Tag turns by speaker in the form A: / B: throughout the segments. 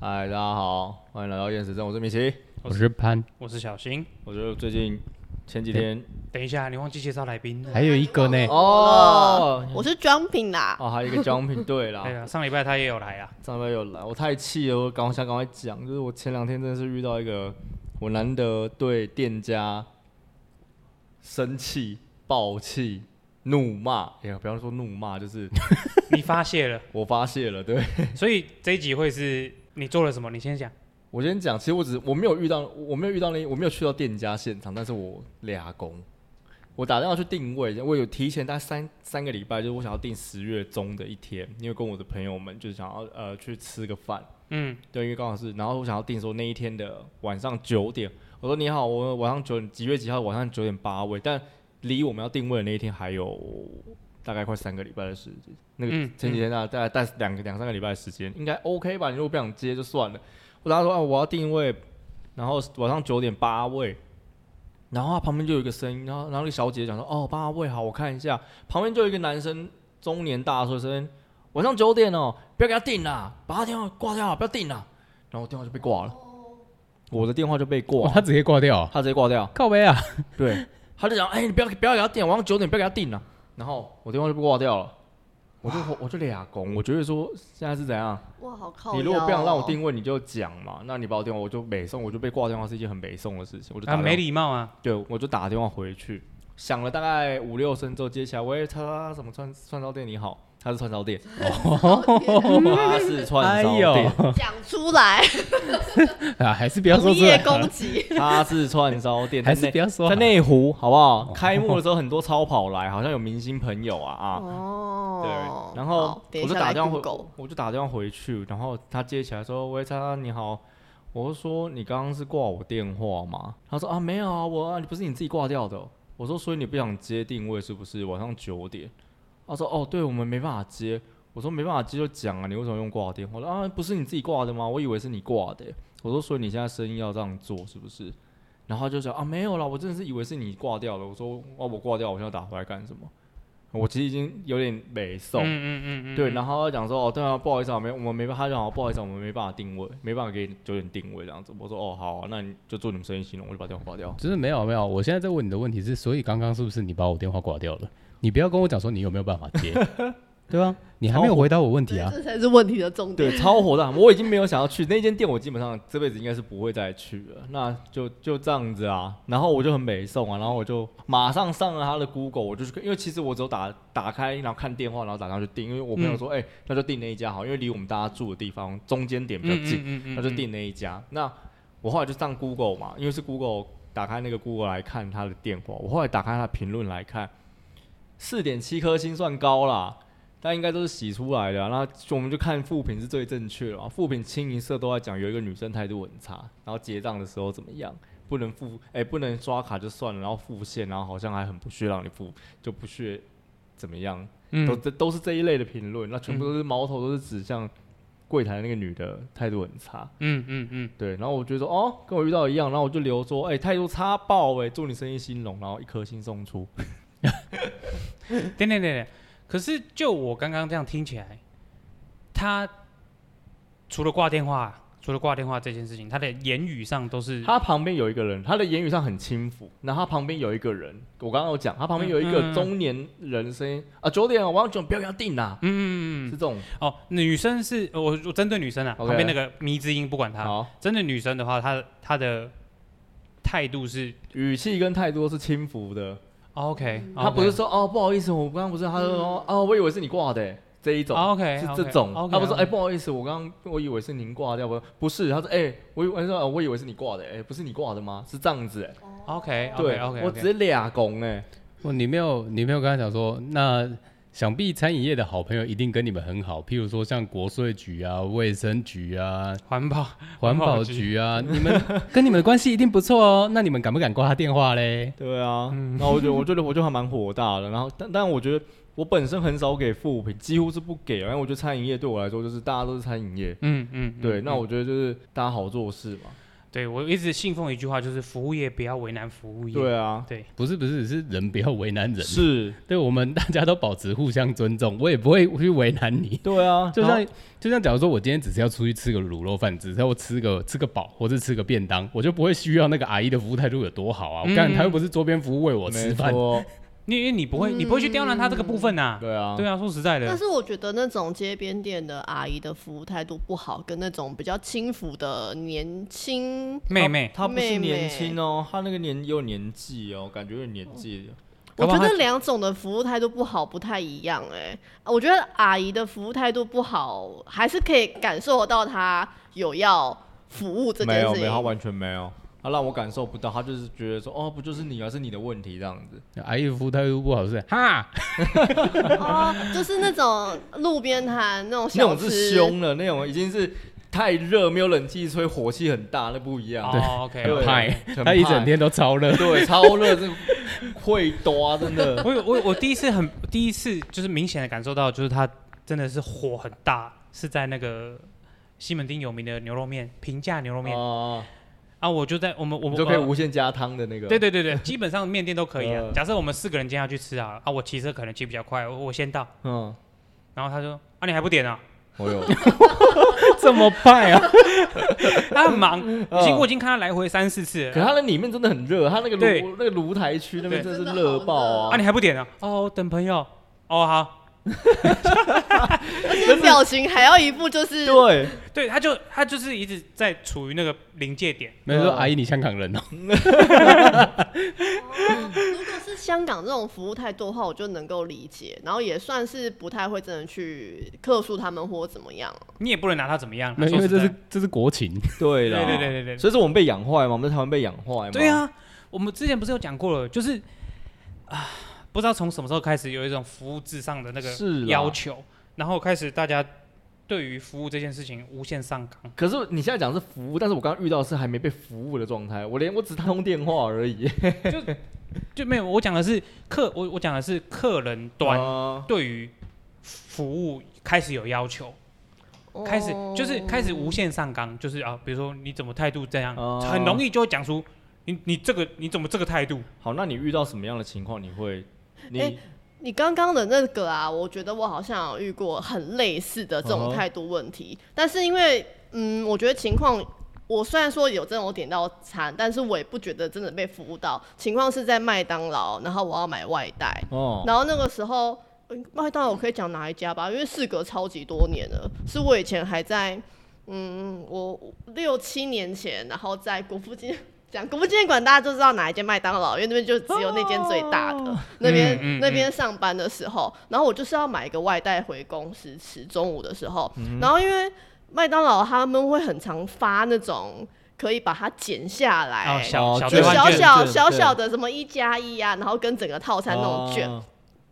A: 大家好，欢迎来到厌食症，我是米奇。
B: 我是潘，
C: 我是小新。
A: 我觉得最近前几天
C: 等一下，你忘记介绍来宾了。
B: 还有一个呢，
A: 哦
D: 我是 jumping 啦，
A: 哦，还有一个 jumping，对啦
C: 对，啊，上礼拜他也有来啊。
A: 上面有来，我太气了，我赶快想赶快讲，就是我前两天真的是遇到一个，我难得对店家生气、暴气、怒骂，哎呀，不要说怒骂，就是
C: 你发泄了，
A: 我发泄了，对。
C: 所以这一集会是你做了什么？你先讲。
A: 我先讲，其实我只我没有遇到，我没有遇到那，我没有去到店家现场，但是我俩工，我打电话去定位，我有提前大概三三个礼拜，就是我想要定十月中的一天，因为跟我的朋友们就是想要呃去吃个饭，
C: 嗯，
A: 对，因为刚好是，然后我想要定说那一天的晚上九点，我说你好，我晚上九点几月几号晚上九点八位，但离我们要定位的那一天还有大概快三个礼拜的时间，那个
C: 嗯
A: 前几天大概大概两个两三个礼拜的时间，应该 OK 吧？你如果不想接就算了。我跟他说啊，我要定位，然后晚上九点八位。然后他旁边就有一个声音，然后然后那个小姐讲说：“哦，八位好，我看一下。”旁边就有一个男生，中年大叔的声音，晚上九点哦，不要给他定了，把他电话挂掉，不要定了。然后我电话就被挂了，我的电话就被
B: 哇，
A: 挂，
B: 他直接挂掉，
A: 他直接挂掉。
B: 靠背啊，
A: 对，他就讲，哎、你不要不要给他定，晚上九点不要给他定了、然后我电话就被挂掉了，我就我就俩公，我觉得说现在是怎样？
D: 哇，好靠、哦
A: 你如果不想让我，定位，你就讲嘛。那你把我电话，我就北送，我就被挂电话是一件很北送的事情。我就打
C: 啊，
A: 电话、
C: 没礼貌啊。
A: 对，我就打电话回去，响了大概五六声之后接起来，喂，叉叉叉什么串串烧店你好，他是串烧店，
B: 哦
A: 他是串
B: 哎
A: 烧店，
D: 哦讲出来，
B: 啊，还是不要
D: 无
B: 说出
D: 业
B: 来，
D: 攻 击，
A: 他是串烧店，
B: 还
A: 在
B: 是
A: 内
B: 不要说哦
A: 在
B: 好，
A: 内湖好不好？开幕的时候很多超跑来，好像有明星朋友啊啊。
D: 哦，
A: 对，然后
D: 好等
A: 我
D: 一
A: 就
D: 下
A: 打
D: 来
A: 电话回
D: Google，
A: 我就打电话回去，然后他接起来说：“喂，叉叉你好。”我就说：“你刚刚是挂我电话吗？”他说：“啊，没有啊，我啊，你不是你自己挂掉的哦、我说：“所以你不想接定位是不是？晚上九点？”他说：“哦，对，我们没办法接。”我说：“没办法接就讲啊，你为什么用挂电话？”我说：“啊，不是你自己挂的吗？我以为是你挂的欸、我说：“所以你现在生意要这样做是不是？”然后他就说：“啊，没有啦，我真的是以为是你挂掉了。”我说：“哦、我挂掉，我现在打回来干什么？”我其实已经有点没送
C: 嗯，嗯嗯嗯。
A: 对，
C: 后
A: 然后他讲说，哦，对啊，不好意思啊，没，我们没办法，他讲，哦不好意思啊，我们没办法定位，没办法给你九点定位这样子。我说，哦，好、啊，那你就做你们生意兴隆，我就把电话挂 掉。
B: 就是没有没有，我现在在问你的问题是，所以刚刚是不是你把我电话挂掉了？你不要跟我讲说你有没有办法接，对啊，你还没有回答我问题啊，
D: 这才是问题的重点。
A: 对，超火的，我已经没有想要去那间店，我基本上这辈子应该是不会再去了。那就就这样子啊，然后我就很美送啊，然后我就马上上了他的 Google，我就去看，因为其实我只有打打开，然后看电话，然后打上去订，因为我朋友
C: 嗯
A: 说，哎、那就订那一家好，因为离我们大家住的地方中间点比较近。
C: 嗯嗯
A: 那就订那一家。那我后来就上 Google 嘛，因为是 Google 打开那个 Google 来看他的电话，我后来打开他的评论来看，四点七颗星算高啦，但应该都是洗出来的啊、那我们就看副评是最正确的啊。副评清一色都在讲有一个女生态度很差，然后结账的时候怎么样。不能付，哎、不能刷卡就算了，然后付现，然后好像还很不屑让你付，就不屑怎么样，都
C: 嗯
A: 这都是这一类的评论，那全部都是矛头都是指向柜台那个女的态度很差。
C: 嗯嗯嗯。
A: 对，然后我觉得哦，跟我遇到一样，然后我就留说，哎、态度差爆哎、祝你生意兴隆，然后一颗星送出。
C: 嗯等等等等，可是就我刚刚这样听起来，他除了挂电话，除了挂电话这件事情，他的言语上都是
A: 他旁边有一个人，他的言语上很轻浮，然后他旁边有一个人，我刚刚有讲，他旁边有一
C: 嗯嗯
A: 个
C: 嗯
A: 中年人声音啊，九点哦晚上九点不要给他定啦、
C: 嗯嗯
A: 是
C: 嗯
A: 这种。
C: 哦，女生是我我针对女生啊，
A: OK
C: 旁边那个迷之音不管她，
A: 好，
C: 针对女生的话，她她的态度是
A: 语气跟态度都是轻浮的，
C: 哦 OK，嗯
A: 他不是说哦不好意思，我刚刚不是，他说哦我以为是你挂的、欸这一种。
C: 哦 OK
A: 是这种，他不是哎、
C: 哎
A: 不好意思，我刚刚我以为是您挂掉，不不是，他说哎、我以为说、呃我以为是你挂的，哎、不是你挂的吗？是这样子、哎
C: OK
A: 对
C: OK
A: 我直接俩拱哎，
B: 哦，你没有你没有跟他讲说，那想必餐饮业的好朋友一定跟你们很好，譬如说像国税局啊、卫生局啊、
C: 环保
B: 环
C: 环
B: 保
C: 保
B: 局啊，你们跟你们的关系一定不错哦，那你们敢不敢挂他电话嘞？
A: 对啊，
B: 嗯
A: 然后我觉得我觉得我就还蛮火大的，然后但但我觉得我本身很少给负评，几乎是不给，啊然后我觉得餐饮业对我来说就是大家都是餐饮业，
C: 嗯嗯嗯
A: 对，那
C: 嗯
A: 我觉得就是大家好做事嘛，
C: 对我一直信奉一句话，就是服务业不要为难服务业。
A: 对啊，
B: 不是不是，是人不要为难人。
A: 是，
B: 对我们大家都保持互相尊重，我也不会去为难你。
A: 对啊，
B: 就
A: 然后
B: 像就像，假如说我今天只是要出去吃个卤肉饭，只是要吃个 吃个饱，或是吃个便当，我就不会需要那个阿姨的服务态度有多好啊！
C: 嗯
B: 我干，她又不是桌边服务为我吃
A: 没
B: 饭，
A: 错，
C: 你因为你不会，你不会去刁难他这个部分呐、
A: 对啊，
C: 对啊，说实在
D: 但
C: 的，
D: 是我觉得那种街边店的阿姨的服务态度不好，跟那种比较轻浮的年轻，
C: 妹妹，
A: 他不是
D: 妹妹
A: 年轻哦，他那个年有年纪哦，感觉有年纪。
C: 搞
D: 我
C: 不好
D: 觉
C: 她
D: 得两种的服务态度不好不太一样哎、啊我觉得阿姨的服务态度不好，还是可以感受到她有要服务这
A: 没
D: 件
A: 有
D: 事
A: 没有，他
D: 情。
A: 完全没有，他让我感受不到，他就是觉得说，哦，不就是你啊，是你的问题这样子。
B: 阿姨的服务态度不好是哈，
D: 哦，就是那种路边摊那种
A: 那
D: 小
A: 种是
D: 吃，
A: 凶了，那种已经是太热，没有冷气吹，火气很大，那不一样。
C: 哦，OK，
A: 对
B: 很派
A: 很，
B: 她一
A: 派
B: 整天都超 热。
A: 对，超热，这个会多啊真 的。
C: 我有我有我第一次很第一次就是明显的感受到，就是他真的是火很大，是在那个西门町有名的牛肉面平价牛肉面、
A: 哦，
C: 啊，我就在我们我
A: 你
C: 们
A: 就可以
C: 呃
A: 无限加汤的那个。
C: 对对对对，基本上面店都可以啊。
A: 啊嗯
C: 假设我们四个人今天要去吃啊，啊，我骑车可能骑比较快，我我先到，
A: 嗯，哦
C: 然后他说啊你还不点啊，
A: 我有。
B: 这么派 啊！
C: 他很啊忙，已经
A: 嗯
C: 我已经看他来回三四次
A: 可
C: 了，
A: 它那里面真的很热，它那个
C: 对
A: 炉那个炉台区那边
C: 对
A: 真的是热爆
C: 啊
A: 啊！
C: 你还不点啊，哦等朋友，哦好，
D: 而且表情还要一步就是
A: 对，
C: 对，他就他就是一直在处于那个临界点，
B: 没有说
A: 嗯
B: 阿姨你香港人 哦，
D: 如果是香港这种服务态度的话，我就能够理解，然后也算是不太会真的去客诉他们或怎么样。
C: 你也不能拿他怎么样啊，
B: 没有因
C: 说
B: 为
C: 实
B: 这
C: 在
B: 是这是国情。
A: 对
C: 对
A: 啦，
C: 对对对对
A: 所以说我们被养坏嘛，我们在台湾被养坏嘛。
C: 对，啊，我们之前不是有讲过了，就是啊，不知道从什么时候开始有一种服务至上的那个
A: 是啦
C: 要求，然后开始大家对于服务这件事情无限上纲。
A: 可是你现在讲的是服务，但是我刚刚遇到的是还没被服务的状态，我连我只通电话而已。
C: 就没有我讲的是客，我我讲的是客人端
A: 啊
C: 对于服务开始有要求，开始
D: 哦
C: 就是开始无限上纲，就是啊，比如说你怎么态度这样，
A: 哦
C: 很容易就会讲出你你这个你怎么这个态度，
A: 好，那你遇到什么样的情况你会？你、
D: 哎你刚刚的那个啊，我觉得我好像有遇过很类似的这种态度问
C: 哦
D: 题，但是因为嗯，我觉得情况。我虽然说有这种点到餐，但是我也不觉得真的被服务到。情况是在麦当劳，然后我要买外带，
A: 哦，
D: 然后那个时候，嗯麦当劳我可以讲哪一家吧，因为事隔超级多年了，是我以前还在，嗯，我六七年前，然后在国父纪念讲国父纪念馆，大家就知道哪一间麦当劳，因为那边就只有那间最大的，那边、
C: 嗯嗯嗯
D: 那边上班的时候，然后我就是要买一个外带回公司吃，中午的时候，然后因为麦当劳他们会很常发那种。可以把它剪下来，
C: 然后小
A: 哦
C: 小
A: 对
D: 就
C: 兑换
D: 小
A: 完
C: 券
A: 全
D: 小
A: 对
D: 小小的什么一加一啊，然后跟整个套餐那种券，
A: 哦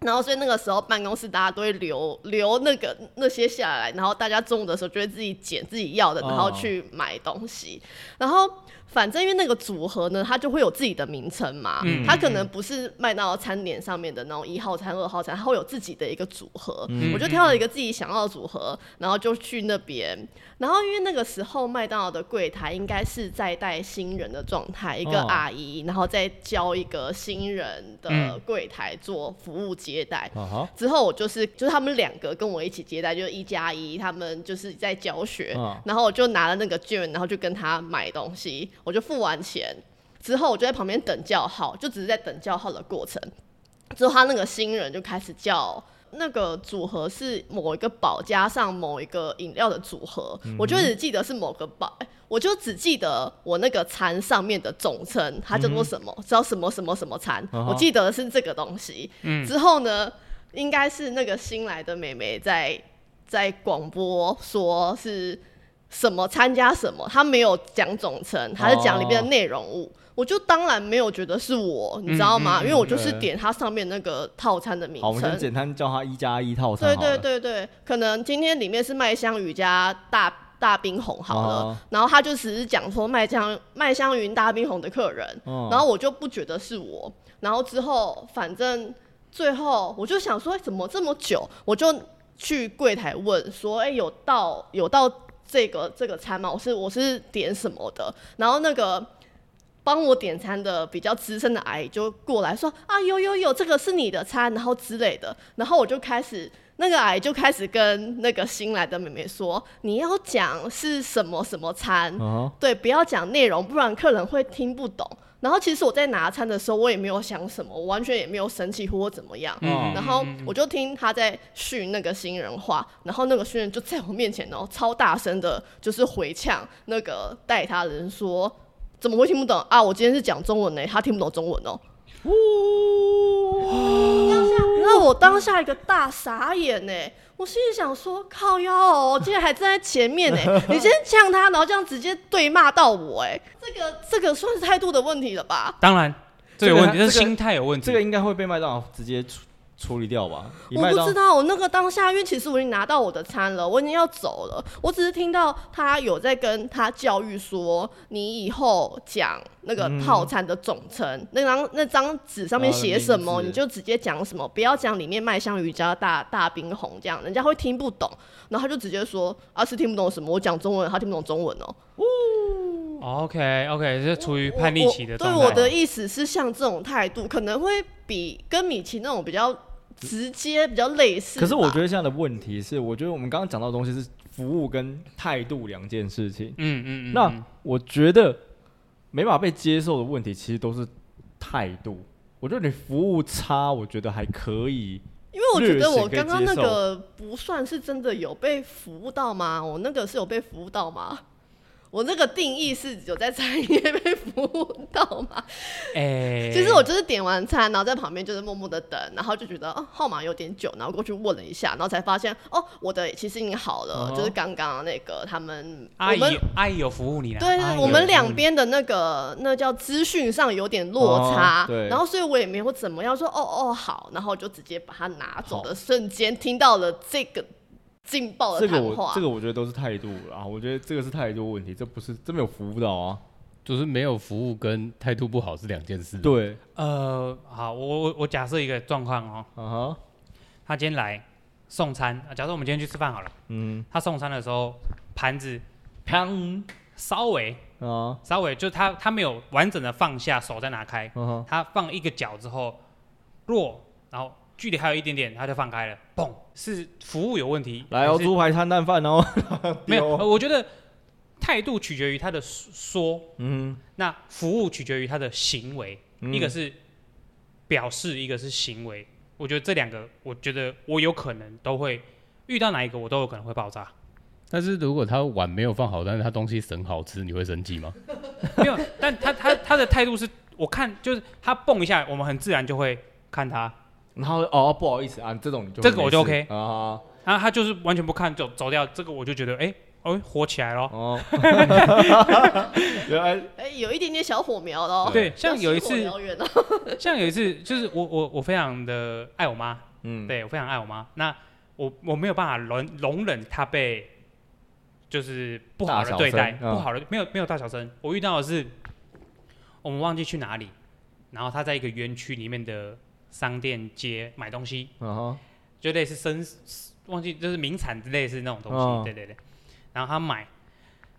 D: 然后所以那个时候办公室大家都会留留那个那些下来，然后大家中午的时候就会自己捡自己要的，
A: 哦
D: 然后去买东西。然后反正因为那个组合呢，它就会有自己的名称嘛，
C: 嗯
D: 它可能不是麦当劳餐点上面的那种一号餐、二号餐，它会有自己的一个组合。
C: 嗯
D: 我就挑了一个自己想要的组合，然后就去那边。然后因为那个时候麦当劳的柜台应该是在带新人的状态，一个
A: 哦
D: 阿姨，然后再教一个新人的
C: 嗯
D: 柜台做服务接待。
A: 啊哈，
D: 之后我就是就是他们两个跟我一起接待，就是一加一，他们就是在教学，
A: 嗯
D: 然后我就拿了那个券，然后就跟他买东西，我就付完钱之后，我就在旁边等叫号，就只是在等叫号的过程。之后他那个新人就开始叫。那个组合是某一个宝加上某一个饮料的组合，我就只记得是某个宝，哎我就只记得我那个餐上面的总称，它叫做什么，知道什么什么什么餐，
A: 啊哈
D: 我记得是这个东西。之后呢，应该是那个新来的妹妹在在广播说是什么参加什么，她没有讲总称，她是讲里面的内容物。我就当然没有觉得是我，你知道吗？
C: 嗯嗯
D: 因为我就是
A: 对
D: 点它上面那个套餐的名
A: 好，我们
D: 称
A: 先。简单叫它一加一套餐
D: 对
A: 好了。
D: 对对对，可能今天里面是麦香鱼加大大冰红好了，
A: 哦
D: 然后他就只是讲说麦香麦香云大冰红的客人，
A: 嗯
D: 然后我就不觉得是我，然后之后反正最后我就想说、哎怎么这么久，我就去柜台问说，哎、有到有到这个这个餐嘛，我是我是点什么的，然后那个帮我点餐的比较资深的阿姨就过来说啊有有有，这个是你的餐，然后之类的，然后我就开始。那个阿姨就开始跟那个新来的妹妹说：“你要讲是什么什么餐，
A: 啊
D: 对，不要讲内容，不然客人会听不懂。然后其实我在拿餐的时候，我也没有想什么，我完全也没有生气或怎么样。
A: 嗯
D: 然后我就听他在训那个新人话，然后那个新人就在我面前哦，超大声的，就是回呛那个带他的人说：“怎么会听不懂啊？我今天是讲中文呢、他听不懂中文哦。”那我当下一个大傻眼呢、我心里想说，靠腰哦，竟然还站在前面呢、你先呛他，然后这样直接对骂到我、哎，这个这个算是态度的问题了吧？
C: 当然，这
A: 这
C: 有
A: 个
C: 问题，
A: 这
C: 这
A: 个
C: 是心态有问题。
A: 这个应该会被麦当劳直接处处理掉吧？以
D: 我
A: 麦
D: 不
A: 当
D: 知道，我那个当下，因为其实我已经拿到我的餐了，我已经要走了，我只是听到他有在跟他教育说，你以后讲那个
A: 嗯
D: 套餐的总称、那张那张纸上面写什
A: 哦名
D: 么，
A: 字
D: 你就直接讲什么，不要讲里面麦香鱼加大大冰红这样，人家会听不懂。然后他就直接说，啊是听不懂什么，我讲中文，他听不懂中文哦。
C: OK OK，这是处于叛逆期的
D: 我对
C: 状态。
A: 哦
D: 我的意思是，像这种态度可能会比跟米奇那种比较直接、比较类似吧。
A: 可是我觉得现在的问题是，我觉得我们刚刚讲到的东西是服务跟态度两件事情。
C: 嗯嗯嗯，
A: 那我觉得没法被接受的问题，其实都是态度。我觉得你服务差，我觉得还可以。
D: 因为我觉得
A: 略显
D: 我
A: 可以
D: 刚刚那
A: 接
D: 个不算是真的有被服务到吗？我那个是有被服务到吗？我那个定义是有在餐饮业被服务到吗？
C: 哎，
D: 其实我就是点完餐，然后在旁边就是默默的等，然后就觉得哦号码有点久，然后过去问了一下，然后才发现哦我的其实已经好了，
A: 哦
D: 就是刚刚那个他们
C: 阿姨
D: 我们
C: 阿姨有服务你啦。
D: 对
C: 阿姨
D: 对，
C: 有
D: 我们
C: 服务
D: 两
C: 你
D: 边的那个那叫资讯上有点落差，
A: 哦对
D: 然后所以我也没有怎么样说哦哦好，然后就直接把它拿走的瞬间，听到了这个劲爆的
A: 这
D: 谈
A: 个我
D: 话，
A: 这个我觉得都是态度啦。我觉得这个是态度问题，这不是这没有服务到啊。
B: 就是没有服务跟态度不好是两件事。，
A: 对，
C: 呃，好，我我我假设一个状况哦，
A: 啊哈，
C: 他今天来送餐，啊假设我们今天去吃饭好了，
A: 嗯，
C: 他送餐的时候盘子
A: 砰
C: 稍微
A: 啊，
C: 稍微就他他没有完整的放下，手再拿开，
A: 嗯哼，
C: 他放一个角之后落，然后距离还有一点点，他就放开了，嘣，是服务有问题，
A: 来哦，
C: 还是
A: 猪排摊蛋饭哦，
C: 没
A: 丢
C: 有，呃我觉得态度取决于他的说，
A: 嗯，
C: 那服务取决于他的行为，
A: 嗯
C: 一个是表示，一个是行为。我觉得这两个，我觉得我有可能都会遇到哪一个，我都有可能会爆炸。
B: 但是如果他碗没有放好，但是他东西很好吃，你会生气吗？
C: 没有，但他他他的态度是，我看就是他蹦一下，我们很自然就会看他，
A: 然后哦，不好意思啊，这种你就
C: 这个我就
A: 没事
C: OK
A: 啊，
C: 然后他就是完全不看走走掉，这个我就觉得哎。哦，火起来咯。
A: 哦，原来
D: 哎有一点点小火苗咯。
C: 对，像有一
D: 要星
C: 次
D: 火，燎原了，
C: 像有一次，就是我我我非常的爱我妈，
A: 嗯，
C: 对我非常爱我妈。那我我没有办法容容忍她被就是不好
A: 大
C: 的
A: 小
C: 对待，
A: 声嗯
C: 不好的没有没有大小声。我遇到的是我们忘记去哪里，然后她在一个园区里面的商店街买东西，
A: 啊哈，
C: 就类似生忘记就是名产之类是那种东西，
A: 嗯
C: 对对对。然后她买，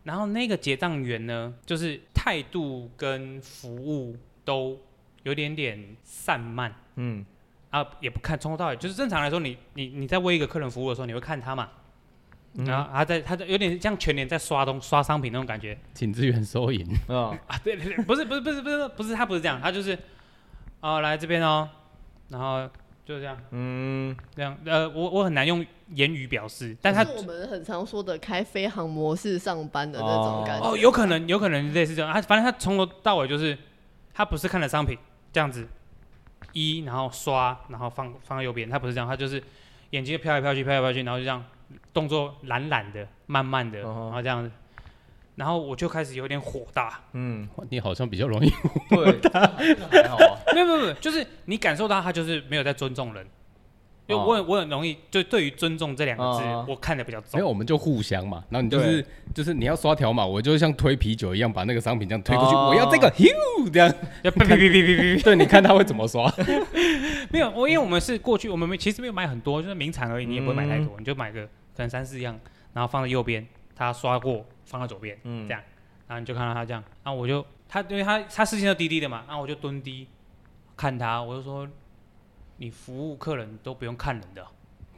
C: 然后那个结账员呢，就是态度跟服务都有点点散漫。
A: 嗯，
C: 啊，也不看，从头到尾就是正常来说你，你你在为一个客人服务的时候，你会看他嘛，然后他在他在有点像全年在刷东刷商品那种感觉
B: 请支援收银，
A: 啊，
C: 啊，对对对，不是不是不是不是不是他不是这样，他就是啊、来这边哦，然后就这样
A: 嗯，
C: 这样，呃，我我很难用言语表示，但他
D: 就是我们很常说的开飞航模式上班的那种感觉。
C: 哦，有可能有可能类似这样，他反正他从头到尾就是他不是看了商品这样子一，然后刷，然后放放在右边，他不是这样，他就是眼睛飘来飘去，飘来飘去，然后就这样动作懒懒的，慢慢的，
B: 哦
A: 嗯哼
C: 然后这样子，然后我就开始有点火 大，
A: 嗯，
B: 哇你好像比较容易。
A: 对， 还好啊，
C: 没有没有没有，就是你感受到他就是没有在尊重人。因为
A: 哦
C: 我很我很容易就对于尊重这两个字
A: 嗯嗯嗯，
C: 我看得比较
B: 哦没
C: 重
B: 有，。我们就互相嘛。然后你就是就是你要刷条码，我就像推啤酒一样把那个商品这样推过去，
A: 哦
B: 我要这个，咻这样。
C: 要哔哔哔哔哔哔
B: 对，你看他会怎么刷？
C: 没有，我因为我们是过去，我们没其实没有买很多，就是名产而已，你也不会买太多，你就买个可能三四样，然后放在右边，他刷过放在左边，
A: 嗯
C: 这样然后你就看到他这样，然后我就他因为他他视线都低低的嘛，然后我就蹲低看他，我就说你服务客人都不用看人的哦，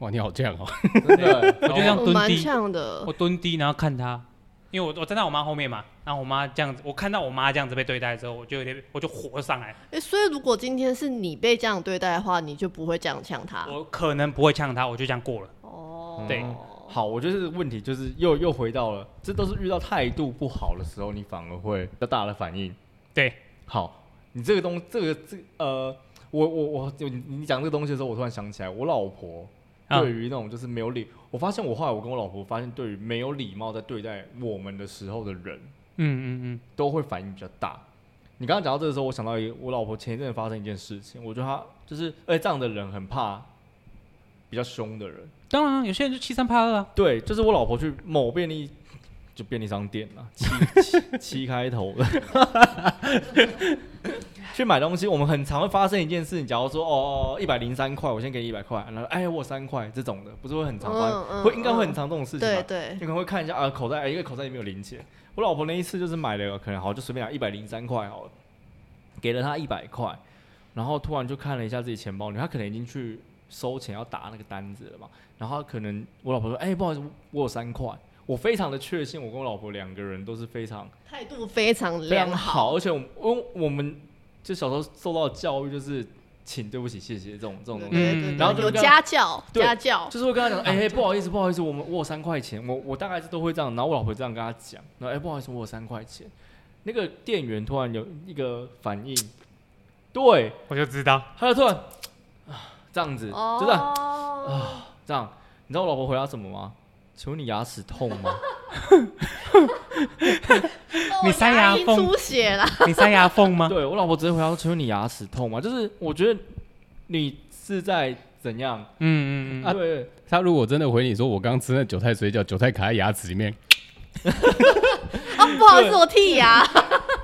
B: 哇，你好犟哦！
A: 真的，
C: 我就这样
D: 我
C: 蹲
D: 哦蛮
C: 低，
D: 呛的
C: 我。蹲低然后看他，因为我我站在我妈后面嘛，然后我妈这样子，我看到我妈这样子被对待之后，我就有点我就火上来，
D: 哎、所以如果今天是你被这样对待的话，你就不会这样呛他。
C: 我嗯可能不会呛他，我就这样过了。
D: 啊哦，
C: 对
A: 好，我觉得这个问题就是又又回到了，这都是遇到态度不好的时候，你反而会比较大的反应。
C: 对，
A: 好，你这个东这个这个呃，我我我，就你你讲这个东西的时候，我突然想起来，我老婆
C: 啊
A: 对于那种就是没有礼，我发现我后来我跟我老婆发现，对于没有礼貌在对待我们的时候的人，
C: 嗯嗯
A: 都会反应比较大。你刚刚讲到这个时候，我想到一个，我老婆前一阵子发生一件事情，我觉得她就是，而且这样的人很怕比较凶的人。
C: 嗯，当然啊有些人就欺三怕二啊，
A: 对，就是我老婆去某便利就便利商店啊，七七七开头的，去买东西，我们很常会发生一件事情，假如说哦一百零三块，我先给你一百块，然后哎我有三块这种的，不是会很常发生，
D: 嗯嗯
A: 会应该会很常这种事情
D: 对
A: 吧？
D: 对
A: 你，可能会看一下啊口袋，哎一个口袋里面有零钱。我老婆那一次就是买了，可能好就随便拿一百零三块好了，给了她一百块，然后突然就看了一下自己钱包里面，她可能已经去收钱要打那个单子了嘛，然后她可能我老婆说，哎、不好意思，我有三块。我非常的确信，我跟我老婆两个人都是非常
D: 态度非常
A: 非常
D: 良
A: 好，而且我们我我们就小时候受到的教育就是请对不起谢谢这种这种东西，
D: 对对对
A: 然后就
D: 有
A: 跟他
D: 家教，
A: 对
D: 家教，
A: 就是会跟他讲，哎、不好意思，不好意思，我们我有三块钱，我我大概是都会这样，然后我老婆这样跟他讲，然后哎、不好意思，我有三块钱。那个店员突然有一个反应，对，
C: 我就知道，
A: 他就突然啊这样子，就这样
D: 哦，
A: 这样，你知道我老婆回答什么吗？请问你牙齿痛吗？
D: 哦
C: 你塞牙
D: 龈
C: 缝
D: 出血 啦，
C: 你塞牙缝 吗？
A: 对我老婆直接回答说，请问你牙齿痛吗？就是我觉得你是在怎样？
C: 嗯嗯嗯，
A: 啊、对，
B: 他如果真的回你说我刚吃那韭菜水饺，韭菜卡在牙齿里面，
D: 啊，不好意思，我剔牙，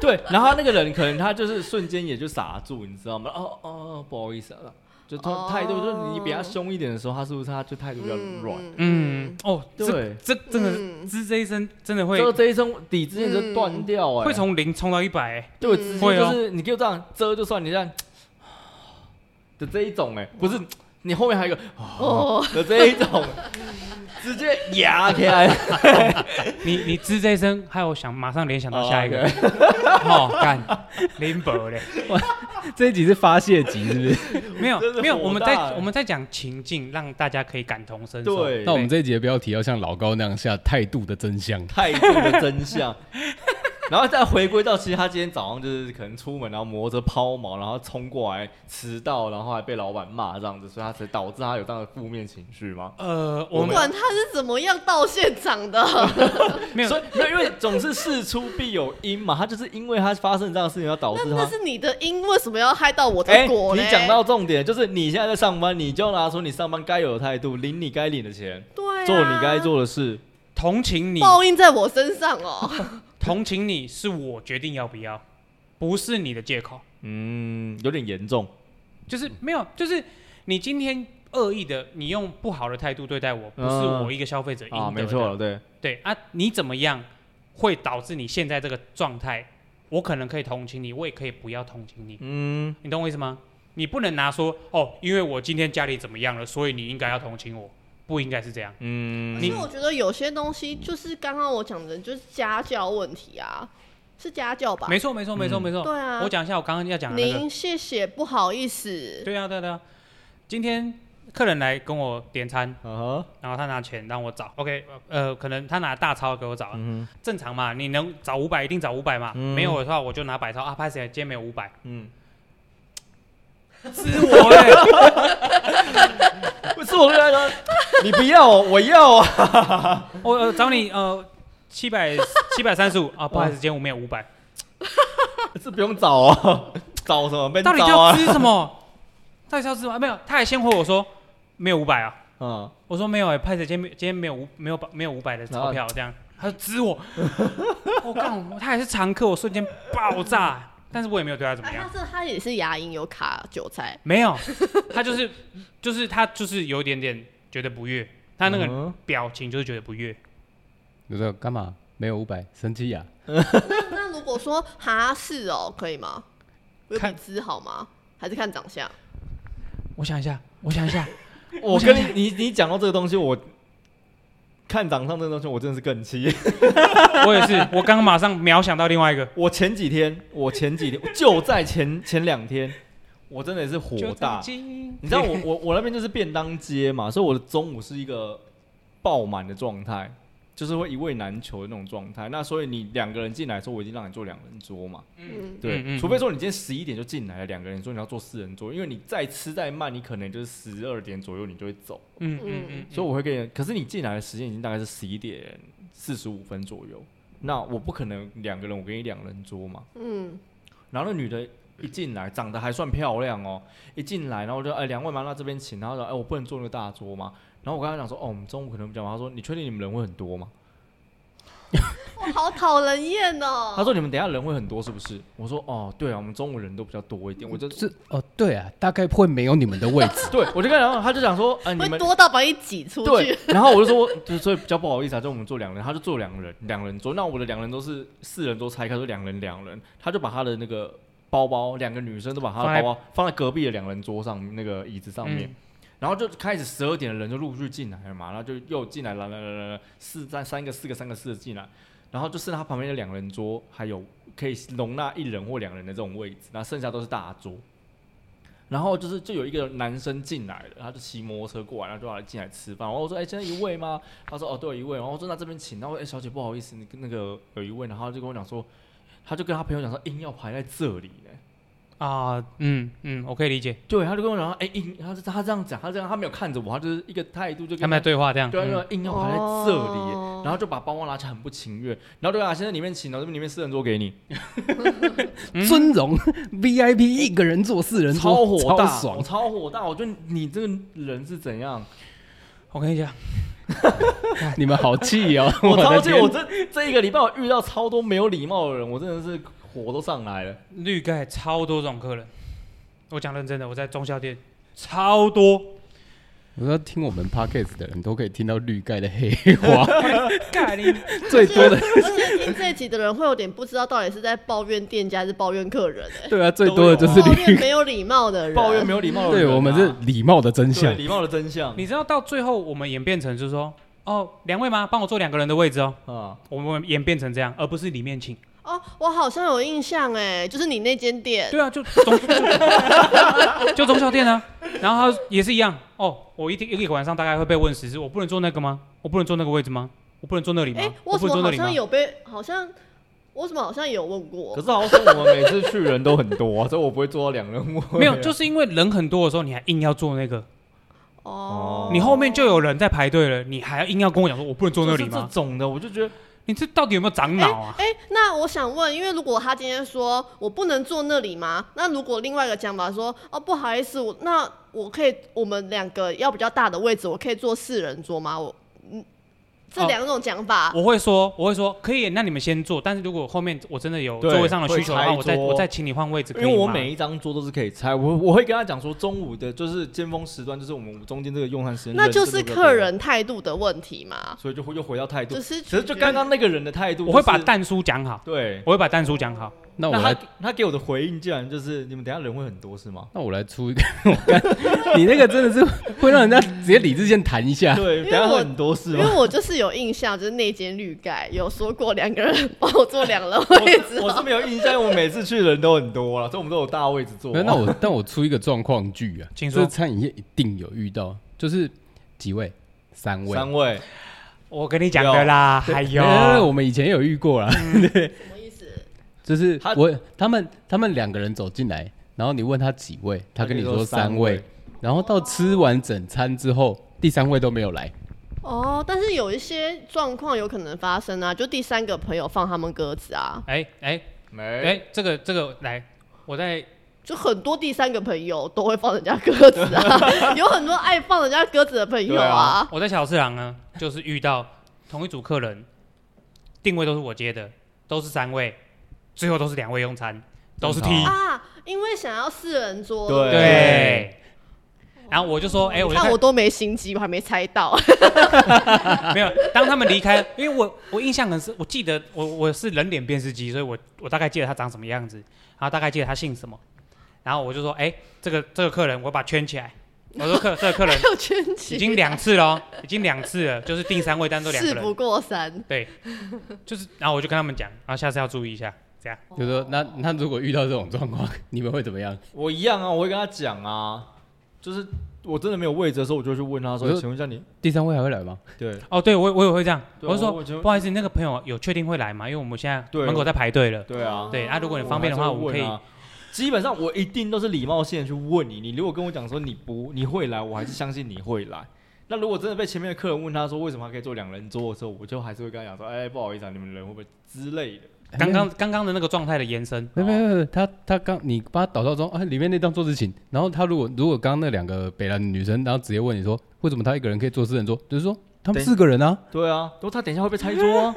A: 对，然后他那个人可能他就是瞬间也就傻住，你知道吗？哦哦哦，不好意思啊，就他
D: 哦
A: 态度，就是你比他凶一点的时候，他是不是他就态度比较软？
C: 嗯，哦，这
A: 对
C: 这真的
D: 嗯
C: 吱这一声真的会
A: 遮这一声底之间就断掉哎、
C: 会从零冲到一百，欸
A: 对，直接
C: 会
A: 就
C: 哦
A: 是你给我这样遮就算，你这样的这一种哎、不是你后面还有一个
D: 哦，
A: 的这一种， 直接压起来，
C: 你你吱这一声，害我想马上联想到下一个
A: 哦，
C: 哦，干林伯嘞，
B: 这一集是发泄集是不是？
C: 没有
A: 真的
C: 没有，
A: 火
C: 我们
A: 大
C: 在
A: 欸
C: 我们在讲情境，让大家可以感同身受。
A: 对，
B: 那我们这一集的标题要像老高那样下态度的真相。
A: 态度的真相。 然后再回归到，其实他今天早上就是可能出门，然后磨着抛锚，然后冲过来迟到，然后还被老板骂这样子，所以他才导致他有这样的负面情绪吗？
C: 呃，我
D: 不
C: 们
D: 管他是怎么样到现场的，
C: 没有
A: 所以没有因为总是事出必有因嘛，他就是因为他发生这样的事情，要导
D: 那
A: 致
D: 那
A: 他。
D: 是你的因，为什么要害到我
A: 哎、
D: 的果嘞？
A: 你讲到重点，就是你现在在上班，你就拿出你上班该有的态度，领你该领的钱，
D: 对啊，
A: 做你该做的事。
C: 同情你，
D: 报应在我身上哦。
C: 同情你是我决定要不要，不是你的借口。
A: 嗯，有点严重。
C: 就是
A: 嗯
C: 没有，就是你今天恶意的，你用不好的态度对待我，不是
A: 嗯
C: 我一个消费者应得的。
A: 啊，没错，对，
C: 对啊，你怎么样会导致你现在这个状态？我可能可以同情你，我也可以不要同情你，
A: 嗯，
C: 你懂我意思吗？你不能拿说哦，因为我今天家里怎么样了，所以你应该要同情我，不应该是这样。
A: 嗯
D: 因为我觉得有些东西就是刚刚我讲的，就是家教问题啊，是家教吧？
C: 没错，没错，没错，
A: 嗯
C: 没错。
D: 对啊
C: 我讲一下我刚刚要讲的那个。
D: 您谢谢，不好意思，
C: 对啊，对啊，对啊。今天客人来跟我点餐，
A: 啊哈，
C: 然后他拿钱让我找，OK，呃，可能他拿大钞给我找，啊
A: 嗯
C: 正常嘛，你能找五百一定找五百嘛，
A: 嗯
C: 没有的话我就拿百钞啊，拍谁今天没有五百，
A: 嗯。
C: 是我
A: 欸
C: 嘞，
A: 不 是我跟他说，你不要哦， 我要啊。
C: 我、呃找你呃七百七百三十五啊，不好意思，今天我没有五百，
A: 这不用找哦，找什么？被
C: 到底
A: 找
C: 要
A: 啊？
C: 吃什么？到底要吃什么？没有，他还先回我说没有五百啊，
A: 嗯，
C: 我说没有哎、拍谁今天没今天没有五没有没有五百的钞票这样，他就指我， 我干、他还是常客，我瞬间爆炸，但是我也没有对他怎么
D: 哎
C: 样
D: 他。是他也是牙龈有卡韭菜，
C: 没有，他就是就是他就是有一点点觉得不悦，他那个
A: 嗯
C: 表情就是觉得不悦。
B: 你说干嘛？没有五百，生气呀、
D: 那那如果说哈是哦，可以吗？有
C: 看
D: 比资好吗？还是看长相？
C: 我想一下，我想一下，
A: 我跟你你你讲到这个东西，我看长上这个东西，我真的是更气。
C: 我也是，我刚刚马上秒想到另外一个，
A: 我前几天，我前几天就在前 前两天，我真的也是火大。你
C: 你
A: 知道 我我我那边就是便当街嘛，所以我的中午是一个爆满的状态，就是会一位难求的那种状态。那所以你两个人进来的时候，我已经让你坐两人桌嘛，
D: 嗯，
A: 对，
C: 嗯嗯
A: 除非说你今天十一点就进来了，两个人说你要坐四人桌，因为你再吃再慢，你可能就是十二点左右你就会走，
C: 嗯嗯嗯，
A: 所以我会跟你，可是你进来的时间已经大概是十一点四十五分左右，那我不可能两个人我给你两人桌嘛，
D: 嗯，
A: 然后那女的一进来，长得还算漂亮哦，一进来，然后我就哎两位麻辣这边请，然后说哎我不能坐那个大桌嘛，然后我跟她讲说哦我们中午可能比较忙，她说你确定你们人会很多吗？
D: 我好讨人厌
A: 她
D: 哦。
A: 说你们等一下人会很多是不是？我说哦对啊，我们中午人都比较多一点，我就
B: 这哦，对啊，大概会没有你们的位置。
A: 对我就跟她讲，她就讲说哎你
D: 会
A: 们
D: 多到把你挤出
A: 对
D: 去，，
A: 然后我就说，就所以比较不好意思啊，就我们坐两人，他就坐两人，两人桌。那我的两人都是四人桌拆开，就两人两人，他就把他的那个包包，两个女生都把他
C: 放
A: 的
C: 在
A: 包包啊放在隔壁的两人桌上那个椅子上面，然后就开始十二点的人就陆续进来了嘛，然后就又进来了，来来来来，四三三个四个三个四个进来，然后就剩他旁边的两人桌，还有可以容纳一人或两人的这种位置，然后剩下都是大桌。然后就是就有一个男生进来了，他就骑摩托车过来，然后就要来进来吃饭。然后我说：“哎、现在一位吗？”他说：“哦，对，一位。”然后我说：“那这边请。”然后哎、小姐不好意思，你跟那个有一位。”然后他就跟我讲说，他就跟他朋友讲说，硬要排在这里呢。
C: 啊，嗯嗯，我可以理解，
A: 对，他就跟我讲说，哎、硬，他是他这样讲，他这样他没有看着我，他就是一个态度就
C: 他
A: 跟
C: 们在对话这样，
A: 对
C: 嗯
A: 对，硬要排在这里耶。
D: 哦
A: 然后就把包包拿起来，很不情愿。然后对啊，现在里面请，然后这边里面四人桌给你。
B: 尊荣 VIP 一个人坐四人桌，
A: 嗯超火大，
B: 超
A: 我
B: 爽。
A: 超火大！我觉得你这个人是怎 样？
C: 我跟你讲，
B: 你们好气哦！
A: 我超
B: 的
A: 气！
B: 天
A: 我这这一个礼拜我遇到超多没有礼貌的人，我真的是火都上来了。
C: 绿盖超多种客人，我讲认真的，我在中小店超多，
B: 我说听我们 podcast 的人都可以听到绿盖的黑话，
C: 盖你
B: 最多的
D: 而且听这一集的人会有点不知道到底是在抱怨店家还是抱怨客人、欸，
B: 对啊，最多的就是
D: 抱怨
B: 绿。
D: 没有礼貌的人，
A: 抱怨没有礼貌的
B: 对
A: 人啊、
B: 我们是礼貌的真
A: 对
B: 相，
A: 礼貌的真相
C: 你知道到最后我们演变成就是说，哦，两位吗？帮我坐两个人的位置哦，
A: 啊！
C: 我们演变成这样，而不是里面请。
D: 哦，我好像有印象哎、就是你那间店，
C: 对啊，就中就中小店啊，然后他也是一样哦，我一天一个晚上大概会被问十次，我不能坐那个吗？我不能坐那个位置吗？我不能坐那里吗？
D: 哎、我
C: 我
D: 怎
C: 不能坐那
D: 么好
C: 里吗
D: 像？有被，好像我怎么好像有问过
A: 可，是好像我们每次去人都很多、啊，所以我不会坐到两人位啊、
C: 没 有，就是因为人很多的时候，你还硬要坐那个，
D: 哦，
C: 你后面就有人在排队了，你还硬要跟我讲说我不能坐那里
A: 就是这
C: 吗？
A: 种的，我就觉得
C: 你这到底有没有长脑啊？
D: 哎、那我想问，因为如果他今天说我不能坐那里吗？那如果另外一个讲法说，哦，不好意思，我那我可以，我们两个要比较大的位置，我可以坐四人桌吗？我，嗯，这
C: 哦
D: 两种讲法，
C: 我会说，我会说可以，那你们先坐。但是如果后面我真的有
A: 对
C: 座位上的需求的
A: 会
C: 话，
A: 拆
C: 我再
A: 桌
C: 我再请你换位置，可
A: 因
C: 以吗？
A: 为我每一张桌都是可以拆，我我会跟他讲说，中午的就是尖峰时段，就是我们中间这个用餐时间，
D: 那就
A: 人真
D: 是
A: 的比较多
D: 客，人态度的问题嘛，
A: 所以就会又回到态度
D: 只。是
A: 其实就刚刚那个人的态度、
C: 我会把
A: 就是
C: 蛋叔讲好，
A: 对，
C: 我会把蛋叔讲好。
B: 那我
A: 那
B: 来
A: 他他给我的回应竟然就是你们等一下人会很多是 吗？
B: 那我来出一个，我看你那个真的是会让人家直接理智线弹一下。
A: 对，
D: 为
A: 等一下
D: 我
A: 会很多是
D: 因
A: 吗
D: 为？我就是有印象，就是那间绿盖有说过两个人帮我坐两人位置
A: 我是没有印象，因为我每次去的人都很多了，所以我们都有大位置坐
B: 没
A: 啊。
B: 有那我但我出一个状况剧啊，
C: 请
B: 这
C: 说
B: 餐饮业一定有遇到，就是几位，三位，
A: 三位，
C: 我跟你讲的啦，
B: 对
C: 还
B: 没没没
C: 有
B: 我们以前也有遇过啦，
D: 什么意思？
B: 就是
A: 他
B: 我他们他们两个人走进来，然后你问他几位，他跟你说三位，然后到吃完整餐之后，第三位都没有来，
D: 哦，但是有一些状况有可能发生啊，就第三个朋友放他们鸽子啊，
C: 哎哎
A: 没
C: 哎，这个这个来，我在
D: 就很多第三个朋友都会放人家鸽子 啊，有很多爱放人家鸽子的朋友啊。
C: 我在小次郎呢，就是遇到同一组客人，定位都是我接的，都是三位，最后都是两位用餐，都是 T，
D: 啊
A: 正常
D: 啊因为想要四人桌，
A: 对
C: 对，然后我就说，哎、我就
D: 看我多没心机，我还没猜到。
C: 没有，当他们离开，因为我我印象很是，我记得我我是人脸辨识机，所以我我大概记得他长什么样子，然后大概记得他姓什么，然后我就说，哎、这个这个客人我把他圈起来，我说客这个客人
D: 还有圈起，
C: 已经两次了哦，已经两次了，就是订三位单都两个
D: 事
C: 人，
D: 不过三。
C: 对，就是然后我就跟他们讲，然后下次要注意一下，这样
B: 就说那那如果遇到这种状况，你们会怎么样？
A: 我一样啊，我会跟他讲啊，就是我真的没有位置的时候，我就会去问他说
B: 我：“就
A: 请问一下你，
B: 第三位还会来吗？
A: 对
C: 哦，对我我也会这样，
A: 对
C: 我就
A: 我
C: 说
A: 就
C: 不好意思，那个朋友有确定会来吗？因为我们现在
A: 对
C: 门口在排队了，
A: 对啊，
C: 对啊，如果你
A: 我
C: 方便的话，
A: 还是会
C: 我可
A: 问
C: 以
A: 啊基本上我一定都是礼貌性的去问你，你如果跟我讲说你不你会来，我还是相信你会来。那如果真的被前面的客人问他说为什么他可以坐两人桌的时候，我就还是会跟他讲说，哎、不好意思啊，你们人会不会之类的。
C: 刚刚刚刚的那个状态的延伸，
B: 没有没有没有，他他刚你把他导到中啊，里面那张桌子请。然后他如果如果刚刚那两个北兰女生，然后直接问你说，为什么他一个人可以坐四人桌？就是说他们
A: 对
B: 四个人啊，
A: 对啊，如果他等一下会被拆桌啊，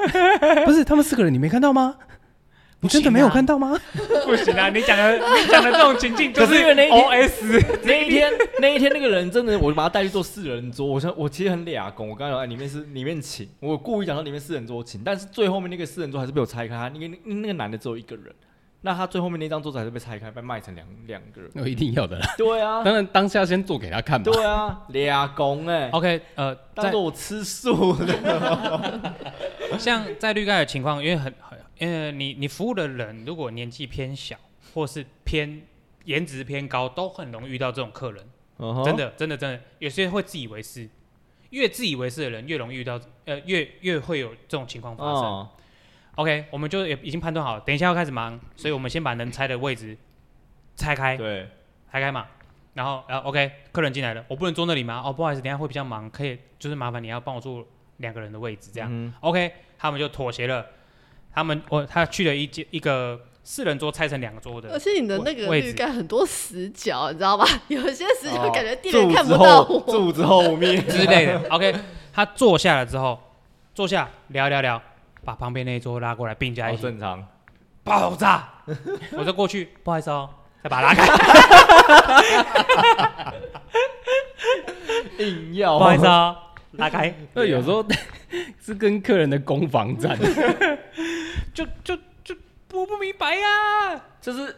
B: 不是他们四个人，你没看到吗？你真的没有看到吗？
C: 不行啊！你讲的你讲的这种情境就
A: 可是因为那一
C: OS，
A: 那一天，那一天那个人真的，我就把他带去做四人桌。我想，我其实很俩公，我刚才讲哎里面是里面请，我故意讲到里面四人桌请，但是最后面那个四人桌还是被我拆开，他那个那那个男的只有一个人，那他最后面那张桌子还是被拆开，被卖成两两个人。
B: 那一定要的啦，
A: 对 啊，
B: 当然当下先做给他看嘛。
A: 对啊，俩公哎，
C: OK，呃，
A: 当
C: 在
A: 做我吃素的。
C: 像在绿盖的情况，因为很很，呃，你你服务的人如果年纪偏小，或是偏颜值偏高，都很容易遇到这种客人。
A: 哦
C: 真的，真的，真的，有些会自以为是，越自以为是的人越容易遇到，呃，越越会有这种情况发生。
A: 啊，
C: OK，我们就也已经判断好了，等一下要开始忙，所以我们先把能拆的位置拆开。
A: 对，
C: 开开嘛。然后，然、后 OK，客人进来了，我不能坐那里吗？哦，不好意思，等一下会比较忙，可以就是麻烦你要帮我坐两个人的位置这样。
A: 嗯
C: OK，他们就妥协了。他们我、他去了一间一个四人桌拆成两个桌
D: 而
C: 的，
D: 且你的那个
C: 位
D: 绿
C: 置
D: 盖很多死角，你知道吧？ 有些死角
A: 哦
D: 感觉店员
A: 柱
D: 看
A: 子
D: 不
C: 哦
D: 到
A: 后
D: 我。
A: 柱子后面
C: 之类的。OK，他坐下了之后，坐下聊聊聊，把旁边那一桌拉过来并在
A: 好
C: 一起，
A: 正常。
C: 爆炸！我就过去，不好意思哦，再把他拉开，
A: 硬要
C: 不好意思哦，拉开。
B: 那有时候是跟客人的攻防战，
C: 就就就我不明白呀、
A: 就是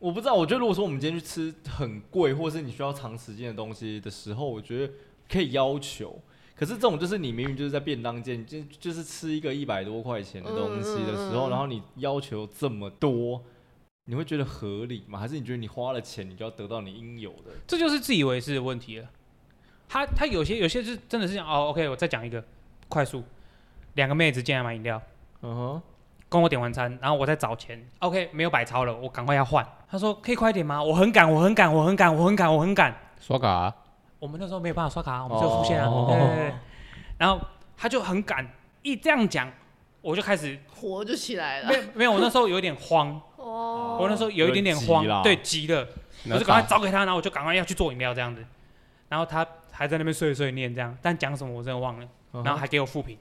A: 我不知道，我觉得如果说我们今天去吃很贵，或是你需要长时间的东西的时候，我觉得可以要求。可是这种就是你明明就是在便当店，就就是吃一个一百多块钱的东西的时
D: 嗯嗯
A: 候，
D: 嗯
A: 然后你要求这么多，你会觉得合理吗？还是你觉得你花了钱，你就要得到你应有的？
C: 这就是自以为是的问题了。他他有些有些是真的是想哦，OK，我再讲一个快速，两个妹子进来买饮料，
A: 嗯哼，
C: 跟我点完餐，然后我再找钱，OK，没有百超了，我赶快要换。他说可以快一点吗？我很赶，我很赶，我很赶，我很赶，我很赶。
B: 刷卡啊、
C: 我们那时候没有办法刷卡，我们只有付现啊。
A: 哦
C: 对对对。然后他就很赶，一这样讲，我就开始
D: 活就起来
C: 没
D: 了。
C: 有没有，我那时候有点慌，
D: 哦，
C: 我那时候有一点点
A: 有点急啦
C: 慌，对，急了。我
B: 然
C: 就
B: 后
C: 赶快
B: 打
C: 找给他，然后我就赶快要去做饮料这样子。然后他还在那边碎碎念这样，但讲什么我真的忘了。
A: 嗯哼
C: 然后还给我复评，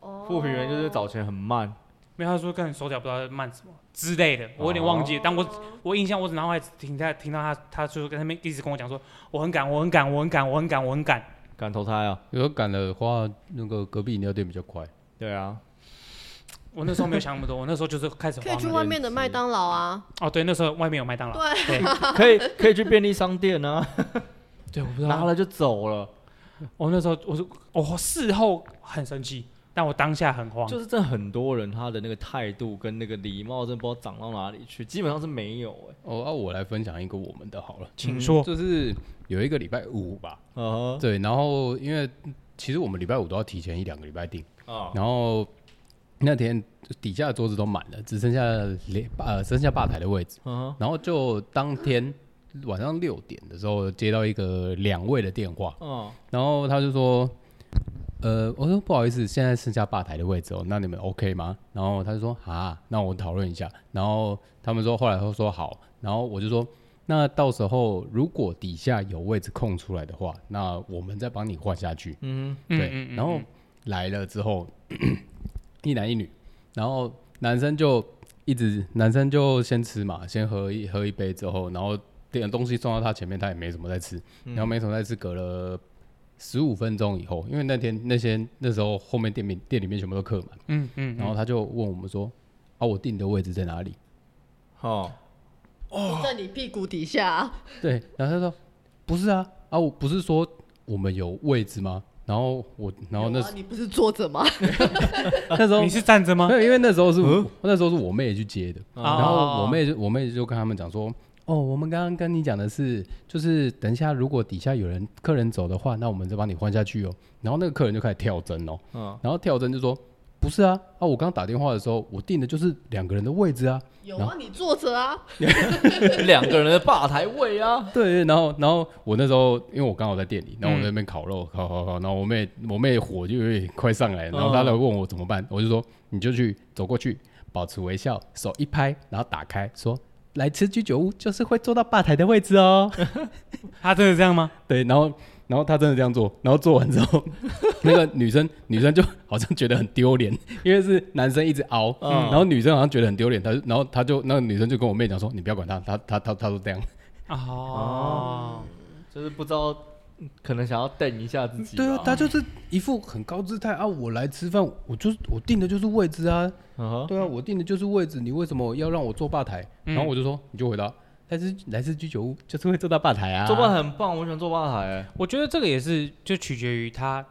D: 哦
A: 副评员就是找钱很慢，
C: 没有他说干手脚不知道在慢什么之类的，我有点忘
A: 哦
C: 记。但我我印象我只脑海只停在听到他，他就跟他们一直跟我讲说我很赶，我很赶，我很赶，我很赶，我很赶。
A: 敢投胎啊？
B: 有时候赶的话，那个隔壁饮料店比较快。
A: 对啊，
C: 我那时候没有想那么多，我那时候就是开始
D: 可以
C: 慌
D: 去
C: 了。
D: 外面的麦当劳啊，
C: 哦，对，那时候外面有麦当劳。对
A: 可以可以去便利商店啊，
C: 对，我不知
A: 拿
C: 道。
A: 了就走了。
C: 我那时候我是我事后很生气，但我当下很慌。
A: 就是这很多人他的那个态度跟那个礼貌，真不知道长到哪里去，基本上是没有哎、
B: 哦，啊，我来分享一个我们的好了，
C: 请说。
B: 就是有一个礼拜五吧，
A: 啊
B: 对，然后因为其实我们礼拜五都要提前一两个礼拜订，
A: 啊，
B: 然后那天底下的桌子都满了，只剩下连呃剩下吧台的位置，
A: 嗯
B: 然后就当天晚上六点的时候接到一个两位的电话，
A: 嗯，
B: 然后他就说，呃，我说不好意思，现在剩下吧台的位置哦，那你们 OK 吗？然后他就说啊，那我讨论一下。然后他们说后来他说好，然后我就说，那到时候如果底下有位置空出来的话，那我们再帮你换下去。
A: 嗯
C: 嗯
B: 对，
C: 嗯嗯
B: 然后来了之后， 一男一女，然后男生就一直男生就先吃嘛，先喝一喝一杯之后，然后点东西送到他前面，他也没什么在吃，
C: 嗯
B: 然后没什么在吃，隔了十五分钟以后，因为那天那些那时候后面店面店里面全部都客满，
C: 嗯嗯，
B: 然后他就问我们说：“啊，我订的位置在哪里
A: 哦，
D: 在你屁股底下，？”
B: 对，然后他说：“不是啊，啊，我不是说我们有位置吗？”然后我，然后那
D: 有啊你不是坐着吗？
B: 那时候
C: 啊你是站着吗
B: 没？有，因为那时候是我
A: 嗯
B: 那时候是我妹去接的，
C: 哦
B: 嗯然后我妹就我妹就跟他们讲说，哦，我们刚刚跟你讲的是，就是等一下如果底下有人客人走的话，那我们就帮你换下去哦。然后那个客人就开始跳针哦，
A: 嗯，
B: 然后跳针就说，不是啊，啊，我刚打电话的时候，我订的就是两个人的位置啊。
D: 有
B: 然
D: 啊，你坐着啊，
A: 两个人的吧台位啊，
B: 对，然后然后我那时候因为我刚好在店里，然后我在那边烤肉，烤烤烤，然后我妹我妹火就有点快上来，然后
C: 嗯
B: 她来问我怎么办，我就说你就去走过去，保持微笑，手一拍，然后打开说。来吃居酒屋就是会坐到吧台的位置哦，
C: 他真的这样吗？
B: 对，然后然后她真的这样做，然后做完之 后，那个女生女生就好像觉得很丢脸，因为是男生一直熬，
A: 嗯
B: 然后女生好像觉得很丢脸，她就然后她就那个女生就跟我妹讲说，你不要管她，她她她她都这样，
C: 哦，
A: 就是不知道，可能想要瞪一下自己吧。
B: 对啊，他就是一副很高姿态啊！我来吃饭，我就是我订的就是位置啊，
A: 嗯哼
B: 对啊，我订的就是位置，你为什么要让我坐吧台？
C: 嗯
B: 然后我就说，你就回答，来自来自居酒屋就是会坐到吧台啊，
A: 做吧台很棒，我喜欢做吧台、欸。
C: 我觉得这个也是就取决于他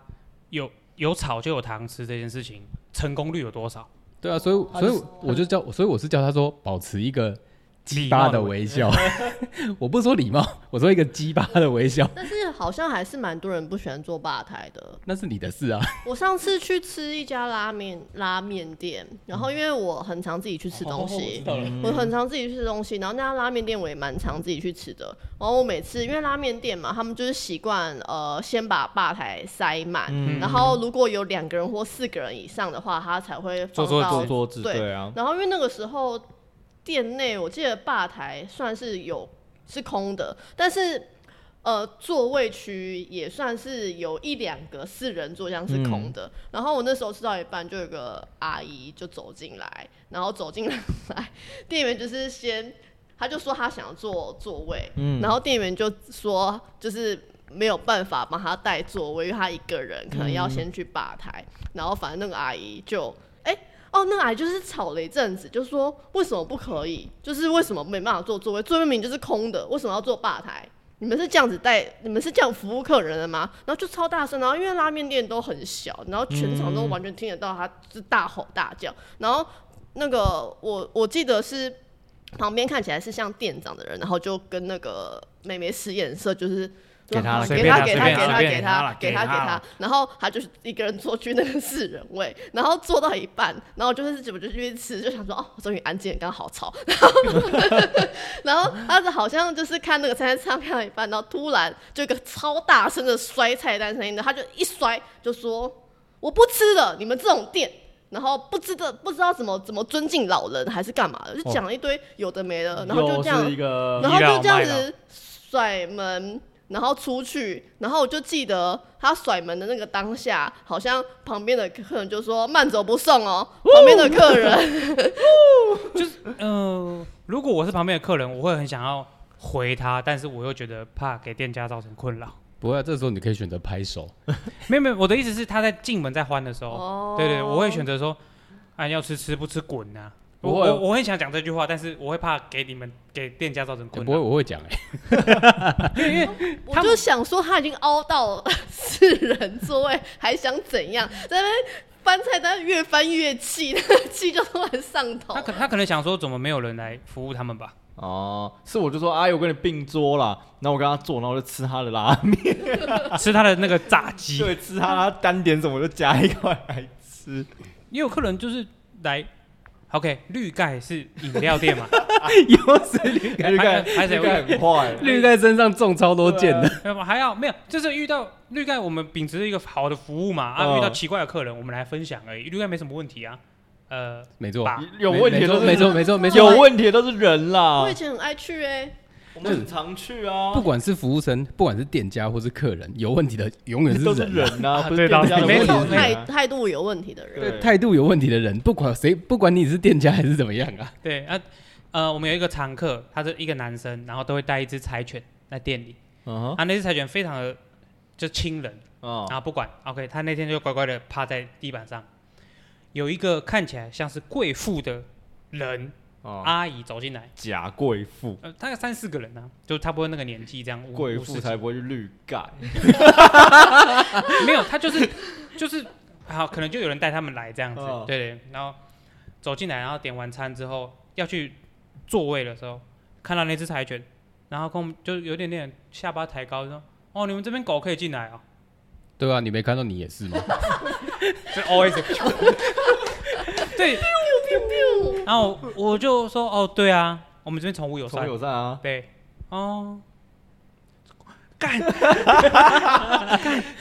C: 有有草就有糖吃这件事情成功率有多少，
B: 对啊，所以
A: 他
B: 所
A: 就
B: 以我就叫，所以我是叫他说保持一个鸡
C: 礼
B: 巴
C: 貌
B: 的
C: 的
B: 微笑， 我不是说礼貌，我说一个鸡巴的微笑，
D: 但是好像还是蛮多人不喜欢坐吧台的。
B: 那是你的事啊，
D: 我上次去吃一家拉面拉面店，然后因为我很常自己去吃东
B: 哦
A: 哦
D: 西，
A: 嗯
B: 嗯
D: 我很常自己去吃东西，然后那家拉面店我也蛮常自己去吃的。然后我每次因为拉面店嘛，他们就是习惯呃先把吧台塞满，然后如果有两个人或四个人以上的话，他才会
C: 做
D: 放
C: 做
D: 到
A: 做桌子，
D: 对
A: 对啊，
D: 然后因为那个时候店内我记得吧台算是有是空的，但是呃座位区也算是有一两个四人座像是空的。然后我那时候吃到一半，就有个阿姨就走进来，然后走进来来，店员就是先。他就说他想坐座位，然后店员就说就是没有办法帮他带座位，因为他一个人可能要先去吧台。然后反正那个阿姨就，哎、哦，那个阿姨就是吵了一阵子，就说为什么不可以？就是为什么没办法坐座位？座位明明就是空的，为什么要坐吧台？你们是这样子带，你们是这样服务客人的吗？然后就超大声，然后因为拉面店都很小，然后全场都完全听得到他是大吼大叫，然后那个我我记得是旁边看起来是像店长的人，然后就跟那个妹妹使眼色，就是。
A: 给她了
D: 给
C: 随便
D: 他，
C: 啦
D: 给他，
C: 随
D: 给
C: 便
D: 他，
C: 啦
D: 给他，
C: 随
D: 给
C: 便
D: 他，
C: 啦
D: 给
C: 给她
D: 他
C: 啦。
D: 然后他就是一个人坐去那个四人位，然后坐到一半，然后就是我就去吃，就想说哦，终于安静了，刚刚好吵。 然后他是好像就是看那个菜单上看到一半，然后突然就一个超大声的摔菜单声音，然后他就一摔就说：“我不吃了，你们这种店。”然后不知道不知道怎么怎么尊敬老人还是干嘛的，就讲了一堆有的没的，然后就
A: 又
D: 这样
A: 是一个
D: 然后
C: 倚老
D: 就这样
C: 卖老
D: 子甩门，然后出去，然后我就记得他甩门的那个当下，好像旁边的客人就说“慢走不送哦”，旁边的客 人
C: 呃，如果我是旁边的客人，我会很想要回他，但是我又觉得怕给店家造成困扰。
B: 不会、啊，这时候你可以选择拍手，
A: 哦
C: 没有没有，我的意思是他在进门在欢的时候，
D: 哦
C: 对对，我会选择说，啊，要吃吃，不吃滚啊。我
A: 不会
C: 我我很想讲这句话，但是我会怕给你们给店家造成
B: 欸
C: 困
B: 不会
C: 扰。
B: 我会讲哎、
D: 我
C: 他们
D: 就想说他已经凹到四人座位，还想怎样？在那边翻菜单越翻越气，那个气就突然上头
C: 他。可他可能想说，怎么没有人来服务他们吧？
A: 哦，是我就说，哎，我跟你并桌啦，然后我跟他坐，然后我就吃他的拉面，
C: 吃他的那个炸鸡。
A: 对，吃他他单点什么我就加一块来吃，
C: 也有客人就是来，OK，绿盖是饮料店嘛，
B: 又是绿
A: 绿盖
C: 还是
A: 绿盖很坏，
B: 绿在身上中超多
A: 啊
B: 箭的，
C: 没有还要没有，就是遇到绿盖，我们秉持一个好的服务嘛，啊，
A: 嗯
C: 遇到奇怪的客人，我们来分享而已，绿盖没什么问题啊，呃，
B: 没错，
C: 吧
A: 有问题
B: 没
A: 都
B: 错，
A: 是
B: 没错，没错，没错，
A: 有问题的都是人啦
D: 我以，前很爱去哎、
A: 我们很常去啊
B: 不，管是服务生，不管是店家或是客人，有问题的永远 是
A: 都是
B: 人、啊。
A: 人啊，
C: 啊
A: 不
C: 对
A: 是
C: 到
A: 店家的
C: 没
A: 问
D: 那
A: 题
C: 错
D: 种
A: 是人
D: 态
A: 啊，
D: 态度有问题的人，
A: 对
B: 态度有问题的人，不管谁，不管你是店家还是怎么样啊，
C: 对啊，啊、呃，我们有一个常客，他是一个男生，然后都会带一只柴犬在店里，
A: 嗯哼，
C: 啊，那只柴犬非常的就亲人，啊
A: 哦，
C: 然后不管，OK，他那天就乖乖的趴在地板上。有一个看起来像是贵妇的人、
A: 哦，
C: 阿姨走进来，
A: 假贵妇，
C: 呃，大概三四个人啊，就差不多那个年纪这样。五
A: 贵
C: 五十
A: 妇
C: 几
A: 才不会去绿盖，
C: 没有，他就是 就是好，可能就有人带他们来这样子，
A: 嗯
C: 对对。然后走进来，然后点完餐之后要去座位的时候，看到那只柴犬，然后跟我们就有点点下巴抬高，就说：“哦，你们这边狗可以进来哦。
B: 对啊，你没看到你也是吗？”
C: 就 always 对。然后我就说：“哦，对啊，我们这边宠物友
A: 宠
C: 善
A: 物。友善啊”，
C: 对，哦，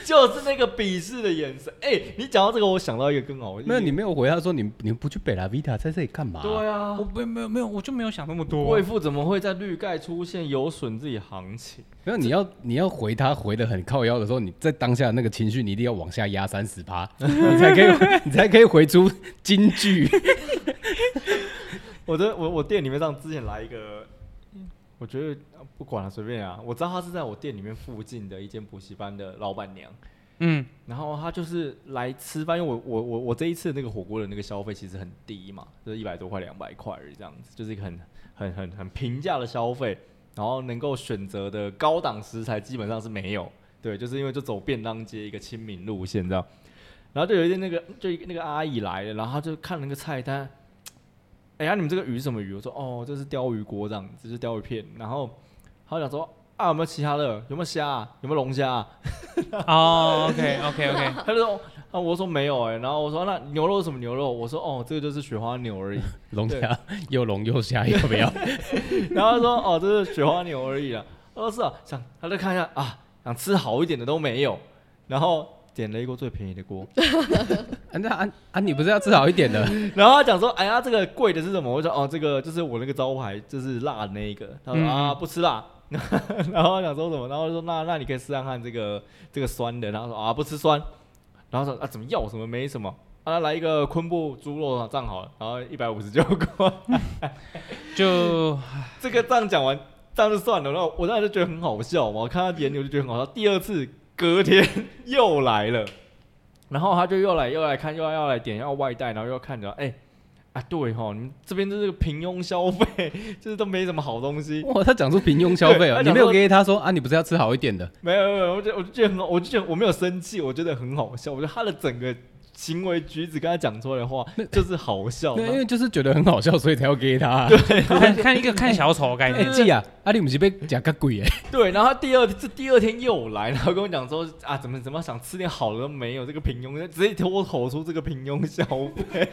A: 就是那个鄙视的眼神。哎、你讲到这个，我想到一个更好，
B: 没有，你没有回他说你你不去北拉维塔在这里干嘛？
A: 对啊
C: 我，没有没有没有，我就没有想那么多
A: 贵。妇怎么会在绿盖出现，有损自己行情？
B: 没有，你要你要回他回的很靠腰的时候，你在当下那个情绪，你一定要往下压三十趴，你才可以你才可以回出金句。
A: 我的我我店里面上之前来一个，我觉得啊不管了，随便啊。我知道她是在我店里面附近的一间补习班的老板娘，
C: 嗯
A: 然后她就是来吃饭，因为我我我我这一次那个火锅的那个消费其实很低嘛，就是一百多块两百块而已这样子，就是一个很很很很平价的消费，然后能够选择的高档食材基本上是没有，对，就是因为就走便当街一个亲民路线这样。然后就有一天那个就一个那个阿姨来了，然后她就看了那个菜单，哎呀，你们这个鱼是什么鱼？我说哦，这是鲷鱼锅这样，这是鲷鱼片。然后她就想说啊，有没有其他的？有没有虾啊、有没有龙虾、啊？
C: 哦，OK OK OK，
A: 他就说啊，我说没有哎、然后我说那牛肉是什么牛肉？我说哦，这个就是雪花牛而已。
B: 龙虾又龙又虾，要不 要？
A: 然后他说哦，这是雪花牛而已啊。我说是啊，想他就看一下啊，想吃好一点的都没有，然后点了一锅最便宜的锅。
B: 啊那啊啊，你不是要吃好一点的？
A: 然后他讲说，哎呀，这个贵的是什么？我说哦，这个就是我那个招牌，就是辣的那一个。他说、
C: 嗯
A: 啊，不吃辣。 然后他想说什么？然后就说那那你可以试看看这个这个酸的。然后说啊，不吃酸。然后说啊，怎么要什么没什么。啊，来一个昆布猪肉啊，账好了，然后一百五十九块。
C: 就
A: 这个账讲完，这样就算了。然后我当时就觉得很好笑嘛，我看他眼里我就觉得很好笑。第二次隔天又来了，然后他就又来又来看，又要要来点要外带，然后又要看着，哎、啊对哈，你们这边就是平庸消费，就是都没什么好东 西。
B: 哇，他讲出平庸消费
A: 对
B: 哦，
A: 他讲
B: 你
A: 说
B: 没有给他说啊，你不是要吃好一点的？
A: 没有没有，我就我就觉得很好，我就觉得我没有生气，我觉得很好笑。我觉得他的整个行为举止跟他讲出来的话，就是好笑。
B: 对，因为就是觉得很好笑，所以才要给他啊。
C: 看看一个看小丑的概
B: 哎，
C: 念。
B: 季啊，啊你不是被讲个 鬼哎？
A: 对，然后他第二这第二天又来，然后跟我讲说啊，怎么怎么想吃点好的都没有，这个平庸，直接脱口出这个平庸消费。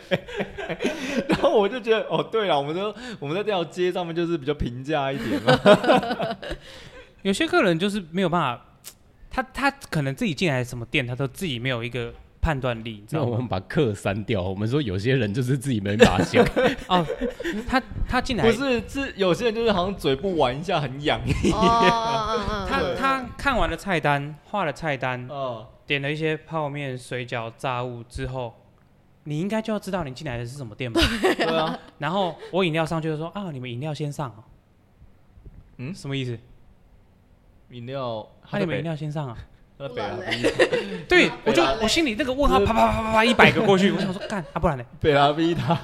A: 然后我就觉得哦，对了，我们说我们在这条街上面就是比较平价一点 嘛。
C: 有些客人就是没有办法，他他可能自己进来什么店，他都自己没有一个判断力，你知
B: 那
C: 道
B: 我
C: 吗？
B: 们把课删掉，我们说有些人就是自己没把想。
C: 哦，他他进来
A: 不，是，是有些人就是好像嘴不玩一下很痒。
D: 哦哦 哦
C: 他
D: 哦
C: 他看完了菜单，画了菜单，
A: 哦，
C: 点了一些泡面、水饺、炸物之后，你应该就要知道你进来的是什么店吧？
A: 对啊，
C: 然后我饮料上去就说啊，你们饮料先上哦。
A: 嗯
C: 什么意思？
A: 饮料，
C: 那、你们饮
A: 料，
C: 料先 上啊？
A: 他北拉
D: 不然
A: 比
C: 对，我就
D: 对啊
C: 我心里那个问号啪啪啪啪啪一百个过去，我想说干啊，不然呢？
A: 北拉比他，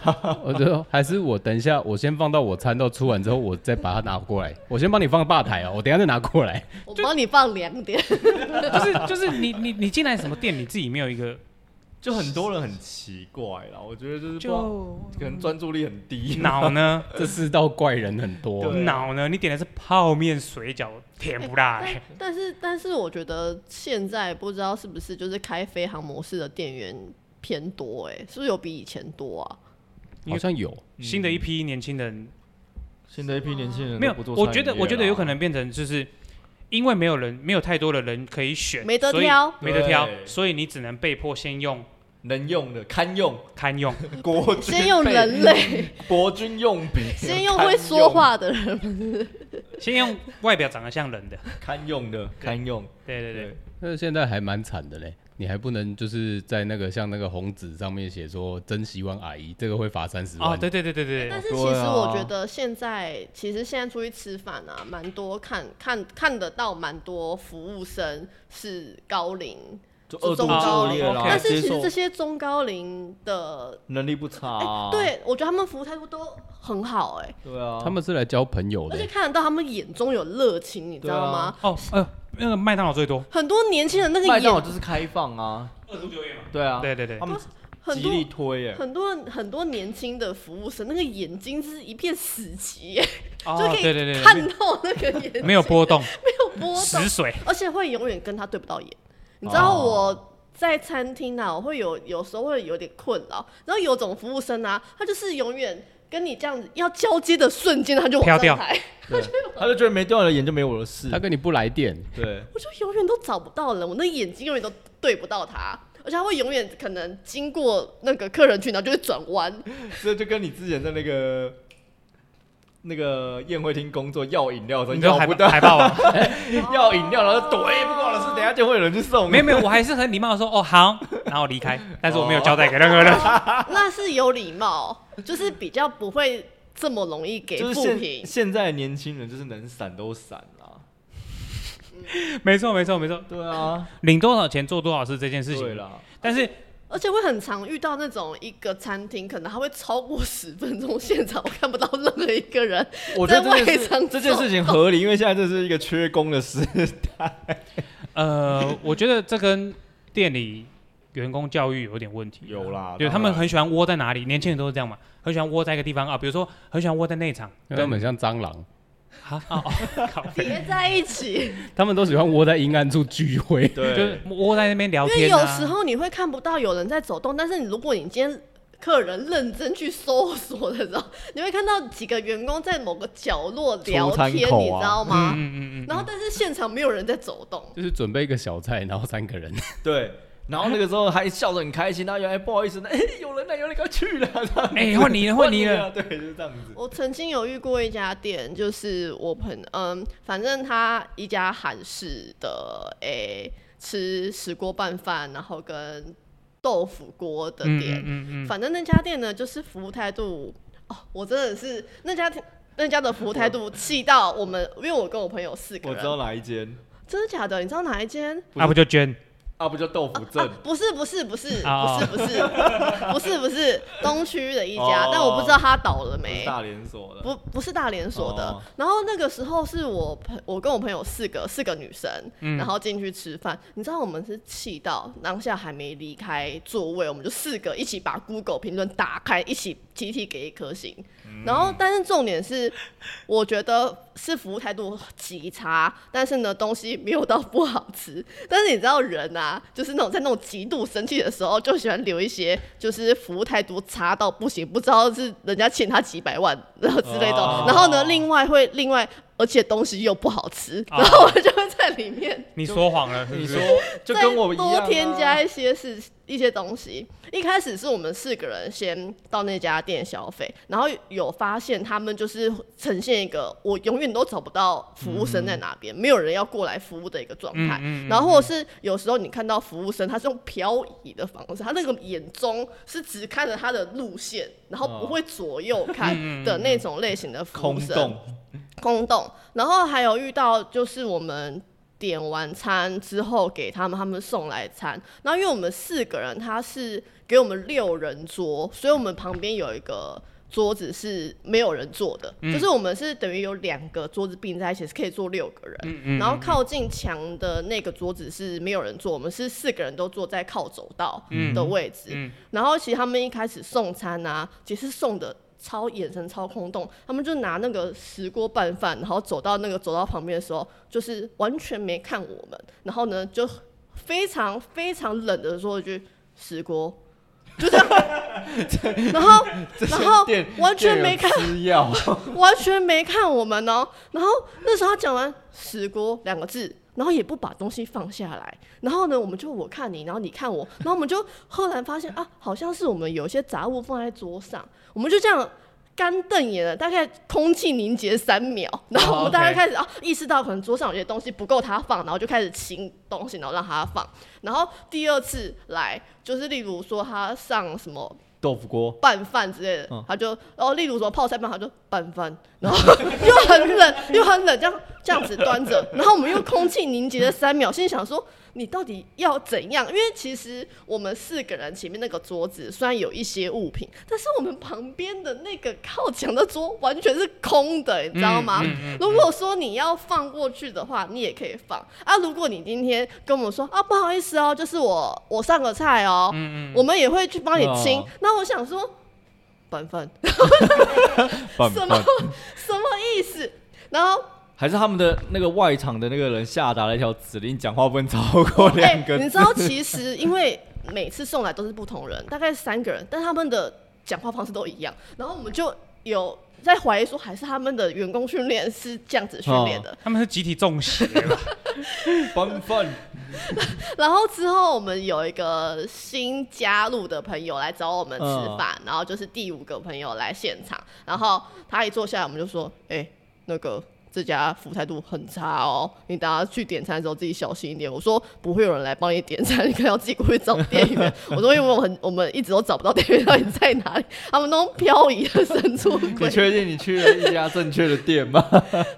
B: 我就说 还是我等一下，我先放到我餐都出完之后，我再把它拿过来。我先帮你放吧台哦，我等一下再拿过来。
D: 我帮你放两点，
C: 就是就是你你你进来什么店，你自己没有一个
A: 就很多人很奇怪啦。我觉得就是不知道
C: 就
A: 可能专注力很低。
C: 脑呢？
B: 这世道怪人很多
A: 对，
C: 脑呢？你点的是泡面、水饺、甜不辣、欸。
D: 但是但是我觉得现在不知道是不是就是开飞航模式的店员偏多哎、是不是有比以前多啊？
C: 你
B: 好像有。
C: 新的一批年轻人
A: 现在一批年轻人都
C: 没有
A: 不，做
C: 我
A: 餐
C: 觉得
A: 饮业
C: 我觉得
A: 啦
C: 有可能变成就是因为没有人，没有太多的人可以选，
D: 没得
C: 所以
D: 挑
C: 没得挑，
A: 对
C: 所以你只能被迫先用
A: 能用的堪用，
C: 堪用。
A: 国军
D: 先用
A: 备
D: 人类，
A: 国军用笔，
D: 先用会说话的人，
C: 先用外表长得像人的。
A: 堪用，堪用的，堪用。
C: 对对对，
B: 那现在还蛮惨的嘞，你还不能就是在那个像那个红纸上面写说真希望阿姨，这个会罚三十万。
C: 哦，对对对对对
D: 但
C: 对，
D: 是其实
A: 对啊
D: 我觉得现在，其实现在出去吃饭啊，蛮多看看看得到蛮多服务生是高龄，
A: 就
D: 就
A: 二度
D: 中
C: 高
A: 就业啦，
C: OK
D: 但是
A: 啊接
D: 其实
A: 受
D: 这些中高龄的，
A: 能力不差、
D: 哎、
C: 哦
A: 啊
D: 对我觉得他们服务态度都很好、哎，
A: 对啊，
B: 他们是来交朋友
D: 而且
B: 的，
D: 看得到他们眼中有热情，你知道吗？
C: 哦，呃，那个麦当劳最多，
D: 很多年轻人那个
A: 麦当劳
D: 眼，
A: 就是开放啊，
C: 二度就业嘛。
A: 对啊，
C: 对对对
A: 他，们
D: 很
A: 极力
D: 多
A: 推耶、
D: 啊很多很多年轻的服务生，那个眼睛是一片死寂、
C: 哦，
D: 就可
C: 对 对对，
D: 以看透那个眼睛，
C: 没有波动，
D: 没有 波动
C: 死，水。
D: 而且会永远跟他对不到眼。你知道
C: 哦
D: 我在餐厅啊，我会有有时候会有点困扰，然后有种服务生啊，他就是永远跟你这样子要交接的瞬间，他就
C: 飘
D: 往
C: 掉
D: 上台，
A: 对，他就觉得没掉的眼就没我的事
B: 他，跟你不来电，
A: 对，
D: 我就永远都找不到人，我那眼睛永远都对不到他。而且他会永远可能经过那个客人群，然后就会转弯，
A: 这就跟你之前在那个那个宴会厅工作要饮料的时候，
C: 你知道
A: 要
C: 海
A: 不
C: 报
A: 到
C: 海报啊？
A: 要饮料，然后躲，哎，不关我的事，等一下就会有人去送，
C: 没有没有，我还是很礼貌的说哦好，然后离开，但是我没有交代给任何人。
A: 哦
D: 那是有礼貌，就是比较不会这么容易给
A: 就是
D: 负
A: 现
D: 评。
A: 现在的年轻人就是能闪都闪啦，
C: 没错没错没错，
A: 对啊，
C: 领多少钱做多少事这件事
A: 对
C: 情，
A: 啦，
C: 但是
D: 而且会很常遇到那种一个餐厅，可能还会超过十分钟，现场我看不到任何一个人。
A: 我觉得这件
D: 在外
A: 事
D: 商
A: 这件事情合理，因为现在这是一个缺工的时代，
C: 呃，我觉得这跟店里员工教育有点问题。
A: 有啦
C: 对
A: 当然
C: 他们很喜欢窝在哪里，年轻人都是这样嘛，很喜欢窝在一个地方啊，比如说很喜欢窝在内场，
B: 因为他们很像蟑螂，
C: 啊啊哦，靠
D: 叠在一起，
B: 他们都喜欢窝在阴暗处聚会。
C: 就是
A: 对，
C: 窝在那边聊
D: 因为
C: 天、
D: 有
C: 啊。
D: 时候你会看不到有人在走动，但是你如果你今天客人认真去搜索的时候，你会看到几个员工在某个角落聊
A: 出餐
D: 天，
A: 口啊
D: 你知道
C: 嗯
D: 吗？
C: 嗯嗯嗯
D: 然后但是现场没有人在走动，
B: 就是准备一个小菜，然后三个人，
A: 对。然后那个时候还笑得很开心，然后原来不好意思，那哎有人了，有人要去了，这样子
C: 哎 换你了换你了，
A: 对，就是这样子。
D: 我曾经有遇过一家店，就是我朋嗯，反正他一家韩式的诶、吃石锅拌饭，然后跟豆腐锅的
C: 嗯
D: 店。
C: 嗯嗯嗯，
D: 反正那家店呢，就是服务态度哦，我真的是那家店那家的服务态度气到我们，因为我跟我朋友四个
A: 我
D: 人
A: 知，道哪一间，
D: 真的假的？你知道哪一间？
C: 那、不就捐？
A: 啊，不就豆腐镇
D: 啊，不是不是不是
C: 哦
D: 不是不是不是不是东区的一家
A: 哦，
D: 但我不知道他倒了
A: 不是
D: 没。
A: 大连锁的，
D: 不不是大连锁的。
A: 哦
D: 然后那个时候是我朋，我跟我朋友四个四个女生，
A: 嗯
D: 然后进去吃饭。你知道我们是气到当下还没离开座位，我们就四个一起把 Google 评论打开，一起集体给一颗星。
A: 嗯
D: 然后，但是重点是，我觉得是服务态度极差，但是呢，东西没有到不好吃。但是你知道人啊，就是那种在那种极度生气的时候，就喜欢留一些就是服务态度差到不行，不知道是人家欠他几百万然后之类的。
A: 哦
D: 然后呢，另外会另外，而且东西又不好吃，
C: 哦
D: 然后我就会在里面
C: 你说谎了，是不
A: 你
C: 是
A: 说就跟我一样、啊
D: 再多添加，一些事一些东西。一开始是我们四个人先到那家店消费，然后有发现他们就是呈现一个我永远都找不到服务生在哪边，没有人要过来服务的一个状态。
C: 嗯嗯嗯
D: 然后或者是有时候你看到服务生，他是用漂移的方式，他那个眼中是只看着他的路线，然后不会左右
A: 嗯
D: 看的那种类型的服务
A: 空
D: 生。
A: 洞，
D: 空洞，然后还有遇到就是我们点完餐之后给他们，他们送来餐。然后因为我们四个人，他是给我们六人桌，所以我们旁边有一个桌子是没有人坐的，
C: 嗯
D: 就是我们是等于有两个桌子并在一起，是可以坐六个人。
C: 嗯嗯，
D: 然后靠近墙的那个桌子是没有人坐，我们是四个人都坐在靠走道的位置。
C: 嗯嗯
D: 然后其实他们一开始送餐啊，其实送的超眼神超空洞，他们就拿那个石锅拌饭，然后走到那个走道旁边的时候，就是完全没看我们，然后呢就非常非常冷的说一句石锅。 就这样，然后，然后
A: 店
D: 完全没看
A: 店有吃药，
D: 完全没看我们哦、然后那时候他讲完“石锅”两个字，然后也不把东西放下来。然后呢，我们就我看你，然后你看我，然后我们就赫然发现啊，好像是我们有一些杂物放在桌上，我们就这样干瞪眼了，大概空气凝结三 秒，然后我
C: 哦
D: 们大家
C: OK
D: 开始啊意识到可能桌上有些东西不够他放，然后就开始清东西，然后让他放。然后第二次来就是例如说他上什么
A: 豆腐锅，
D: 拌饭之类的，
A: 嗯
D: 他就然后例如说泡菜饭，他就拌饭，然后 又很冷又很冷，这样这样子端着，然后我们又空气凝结了三秒，心里想说你到底要怎样？因为其实我们四个人前面那个桌子虽然有一些物品，但是我们旁边的那个靠墙的桌完全是空的，你知道吗？
C: 嗯嗯嗯
D: 如果说你要放过去的话，你也可以放啊。如果你今天跟我们说啊，不好意思哦，就是我我上个菜哦，
C: 嗯嗯
D: 我们也会去帮你清
A: 哦。
D: 那、我想说，拌饭
A: 拌
D: 什么
A: 饭
D: 什么意思？然后
A: 还是他们的那个外场的那个人下达了一条指令，讲话不能超过两
D: 哎、
A: 个字。
D: 你知道其实因为每次送来都是不同人，大概三个人，但他们的讲话方式都一样，然后我们就有在怀疑说，还是他们的员工训练是这样子训练的。
C: 他们是集体中 邪吧？
A: 拌 饭
D: 然后之后我们有一个新加入的朋友来找我们
A: 嗯
D: 吃饭，然后就是第五个朋友来现场，然后他一坐下来，我们就说：“哎、那个这家服务态度很差哦，你等下去点餐的时候自己小心一点。”我说：“不会有人来帮你点餐，你可能要自己过去找店员。”我说：“因为我很我们一直都找不到店员到底在哪里，他们都漂移的伸出
A: 你
D: 轨
A: 确定你去了一家正确的店吗？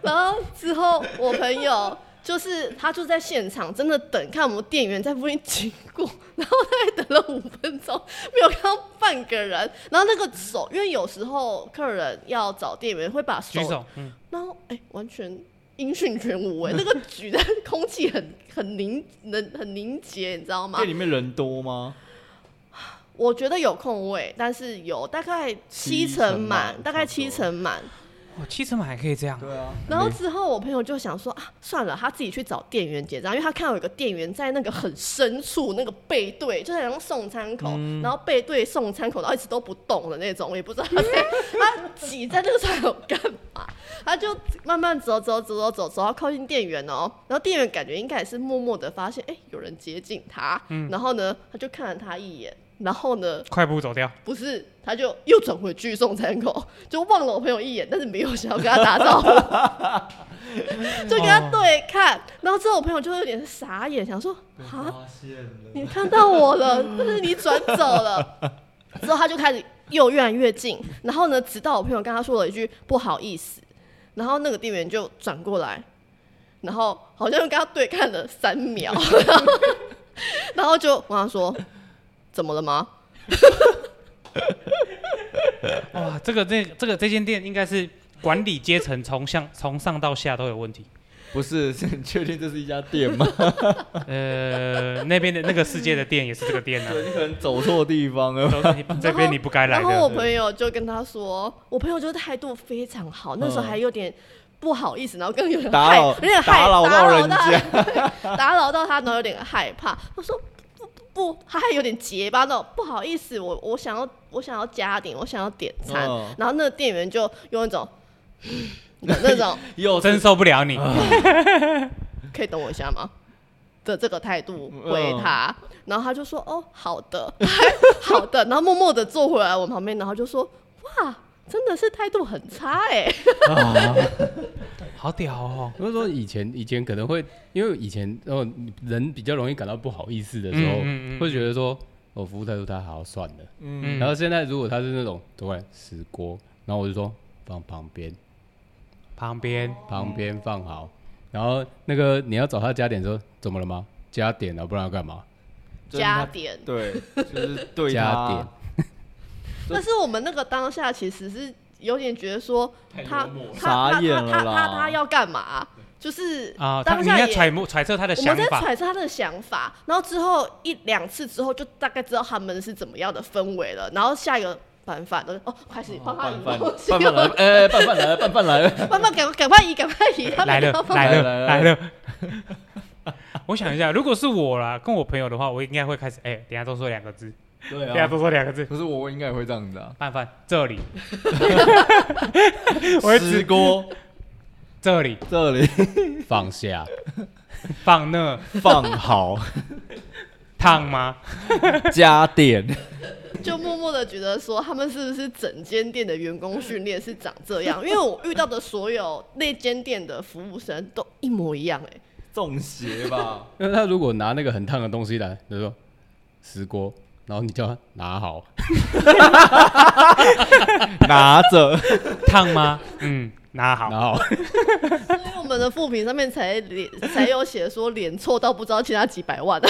D: 然后之后我朋友 就是他就在现场真的等，看我们店员在附近经过，然后大概等了五分钟，没有看到半个人。然后那个手，因为有时候客人要找店员会把手，
C: 举手，嗯，
D: 然后哎、完全音讯全无哎、那个举在空气很很凝很很凝结，你知道吗
A: 店？里面人多吗？
D: 我觉得有空位，但是有大概
A: 七
D: 七成
A: 成
D: 满，
A: 满
D: 大概
A: 差不
D: 七
A: 多
D: 成满。
C: 我七成满还可以这样，
A: 对啊，
D: 然后之后我朋友就想说啊，算了，他自己去找店员结账，因为他看到有个店员在那个很深处那个背对，就在像送餐口，然后背对送餐口，然后一直都不动的那种，我也不知道他在他挤在那个窗口干嘛，他就慢慢走走走走走走到靠近店员哦，然后店员感觉应该也是默默的发现，哎，有人接近他，然后呢，他就看了他一眼，然后呢，
C: 快步走掉。
D: 不是，他就又转回去送餐口， 就望了我朋友一眼，但是没有想要跟他打招呼， 就跟他对看。然后之后我朋友就有点傻眼，想说啊，
A: 现了。
D: 你看到我了，但是你转走了。 之后他就开始又越来越近，然后呢，直到我朋友跟他说了一句不好意思，然后那个店员就转过来，然后好像跟他对看了三秒， 然后然后就跟他说怎么了吗？
C: 哇，这个这这个这间店应该是管理阶层从上从上到下都有问题。
A: 不是， 是你确定这是一家店 吗？
C: 呃，那边的那个世界的店也是这个店啊，
A: 对，你可能走错地方了。
C: 都是你这边你不该来
D: 然后我
C: 的。
D: 朋友就跟他说，我朋友就是态度非常好，那时候还有点不好意思，然后更有点
A: 打
D: 害，
A: 扰
D: 有点害
A: 打扰到人
D: 到
A: 家，
D: 对打扰到他， 然后有点害怕。他说不不不，他还有点结巴，那种不好意思，我我想要我想要加点，我想要点餐，
A: 嗯
D: 然后那个店员就用一种 的那种
A: 又
C: 我 真
A: 是
C: 受不了你，
D: 可以等我一下吗？的这个态度回他，
C: 嗯
D: 然后他就说：“哦，好的， 好的。”然后默默的坐回来我旁边，然后就说：“哇，真的是态度很差哎、
C: 好屌哦！
B: 我是说以前以前可能会，因为以前哦人比较容易感到不好意思的时候，
C: 嗯嗯嗯
B: 会觉得说我、哦、服务态度太好算了。
A: 嗯，
C: 嗯，
B: 然后现在如果他是那种突然石锅，然后我就说放旁边，
C: 旁边
B: 旁边放好。然后那个你要找他加点说怎么了吗？加点啊，不然要干嘛？
A: 就是
D: 加
A: 他
D: 点。
A: 对，就是对
B: 加
A: 他
B: 点。
D: 但是我们那个当下其实是有点觉得说他他
A: 傻
D: 他
A: 眼
D: 他
A: 了
D: 他他
A: 啦
D: 他要干嘛？就是
C: 啊，他
D: 当
C: 你
D: 下
C: 在
D: 也。
C: 揣摩揣测他的
D: 我
C: 想
D: 们在
C: 法，
D: 揣测他的想法，然后之后一两次之后，就大概知道他们是怎么样的氛围了。然后下一个拌饭的哦，开始帮他移
A: 拌饭，
D: 东西
A: 拌饭来 了，
D: 了，
A: 哎，拌饭来了，拌饭来了。
D: 慢慢赶赶快移，赶快移，他
C: 来
D: 们
C: 了
D: 要放
C: 来了来
A: 来了
C: 了。 我想一下，如果是我啦，跟我朋友的话，我应该会开始，哎，等一下多说两个字，
A: 对
C: 等一下
A: 啊，
C: 多说两个字，
A: 可是我我应该也会这样子啊。
C: 拌饭这里，我会指
A: 石锅
C: 这里
A: 这里
C: 嗯
B: 放下，
C: 放那，
A: 放好，
C: 烫吗？
A: 加点，
D: 就默默的觉得说，他们是不是整间店的员工训练是长这样？因为我遇到的所有那间店的服务生都一模一样、哎，
A: 中邪吧？
B: 因为他如果拿那个很烫的东西来，就说石锅，然后你叫他拿好，
A: 拿着，
C: 烫吗？嗯，拿好。
B: 拿好，
D: 所以我们的副评上面才脸才有写说脸臭到不知道欠他几百万、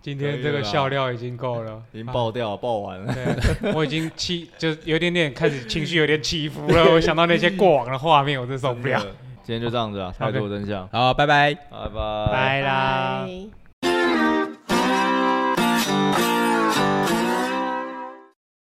C: 今天这
A: 可以
C: 个
A: 了
C: 笑料已经够了，啊
A: 已经爆掉，爆完了。
C: 对，我已经气，就有点点开始情绪有点起伏了。我想到那些过往的画 面，我真受不了。
A: 今天就这样子啊，太多真相，
B: 好，拜拜。
A: 拜拜。
C: 拜啦。
D: 拜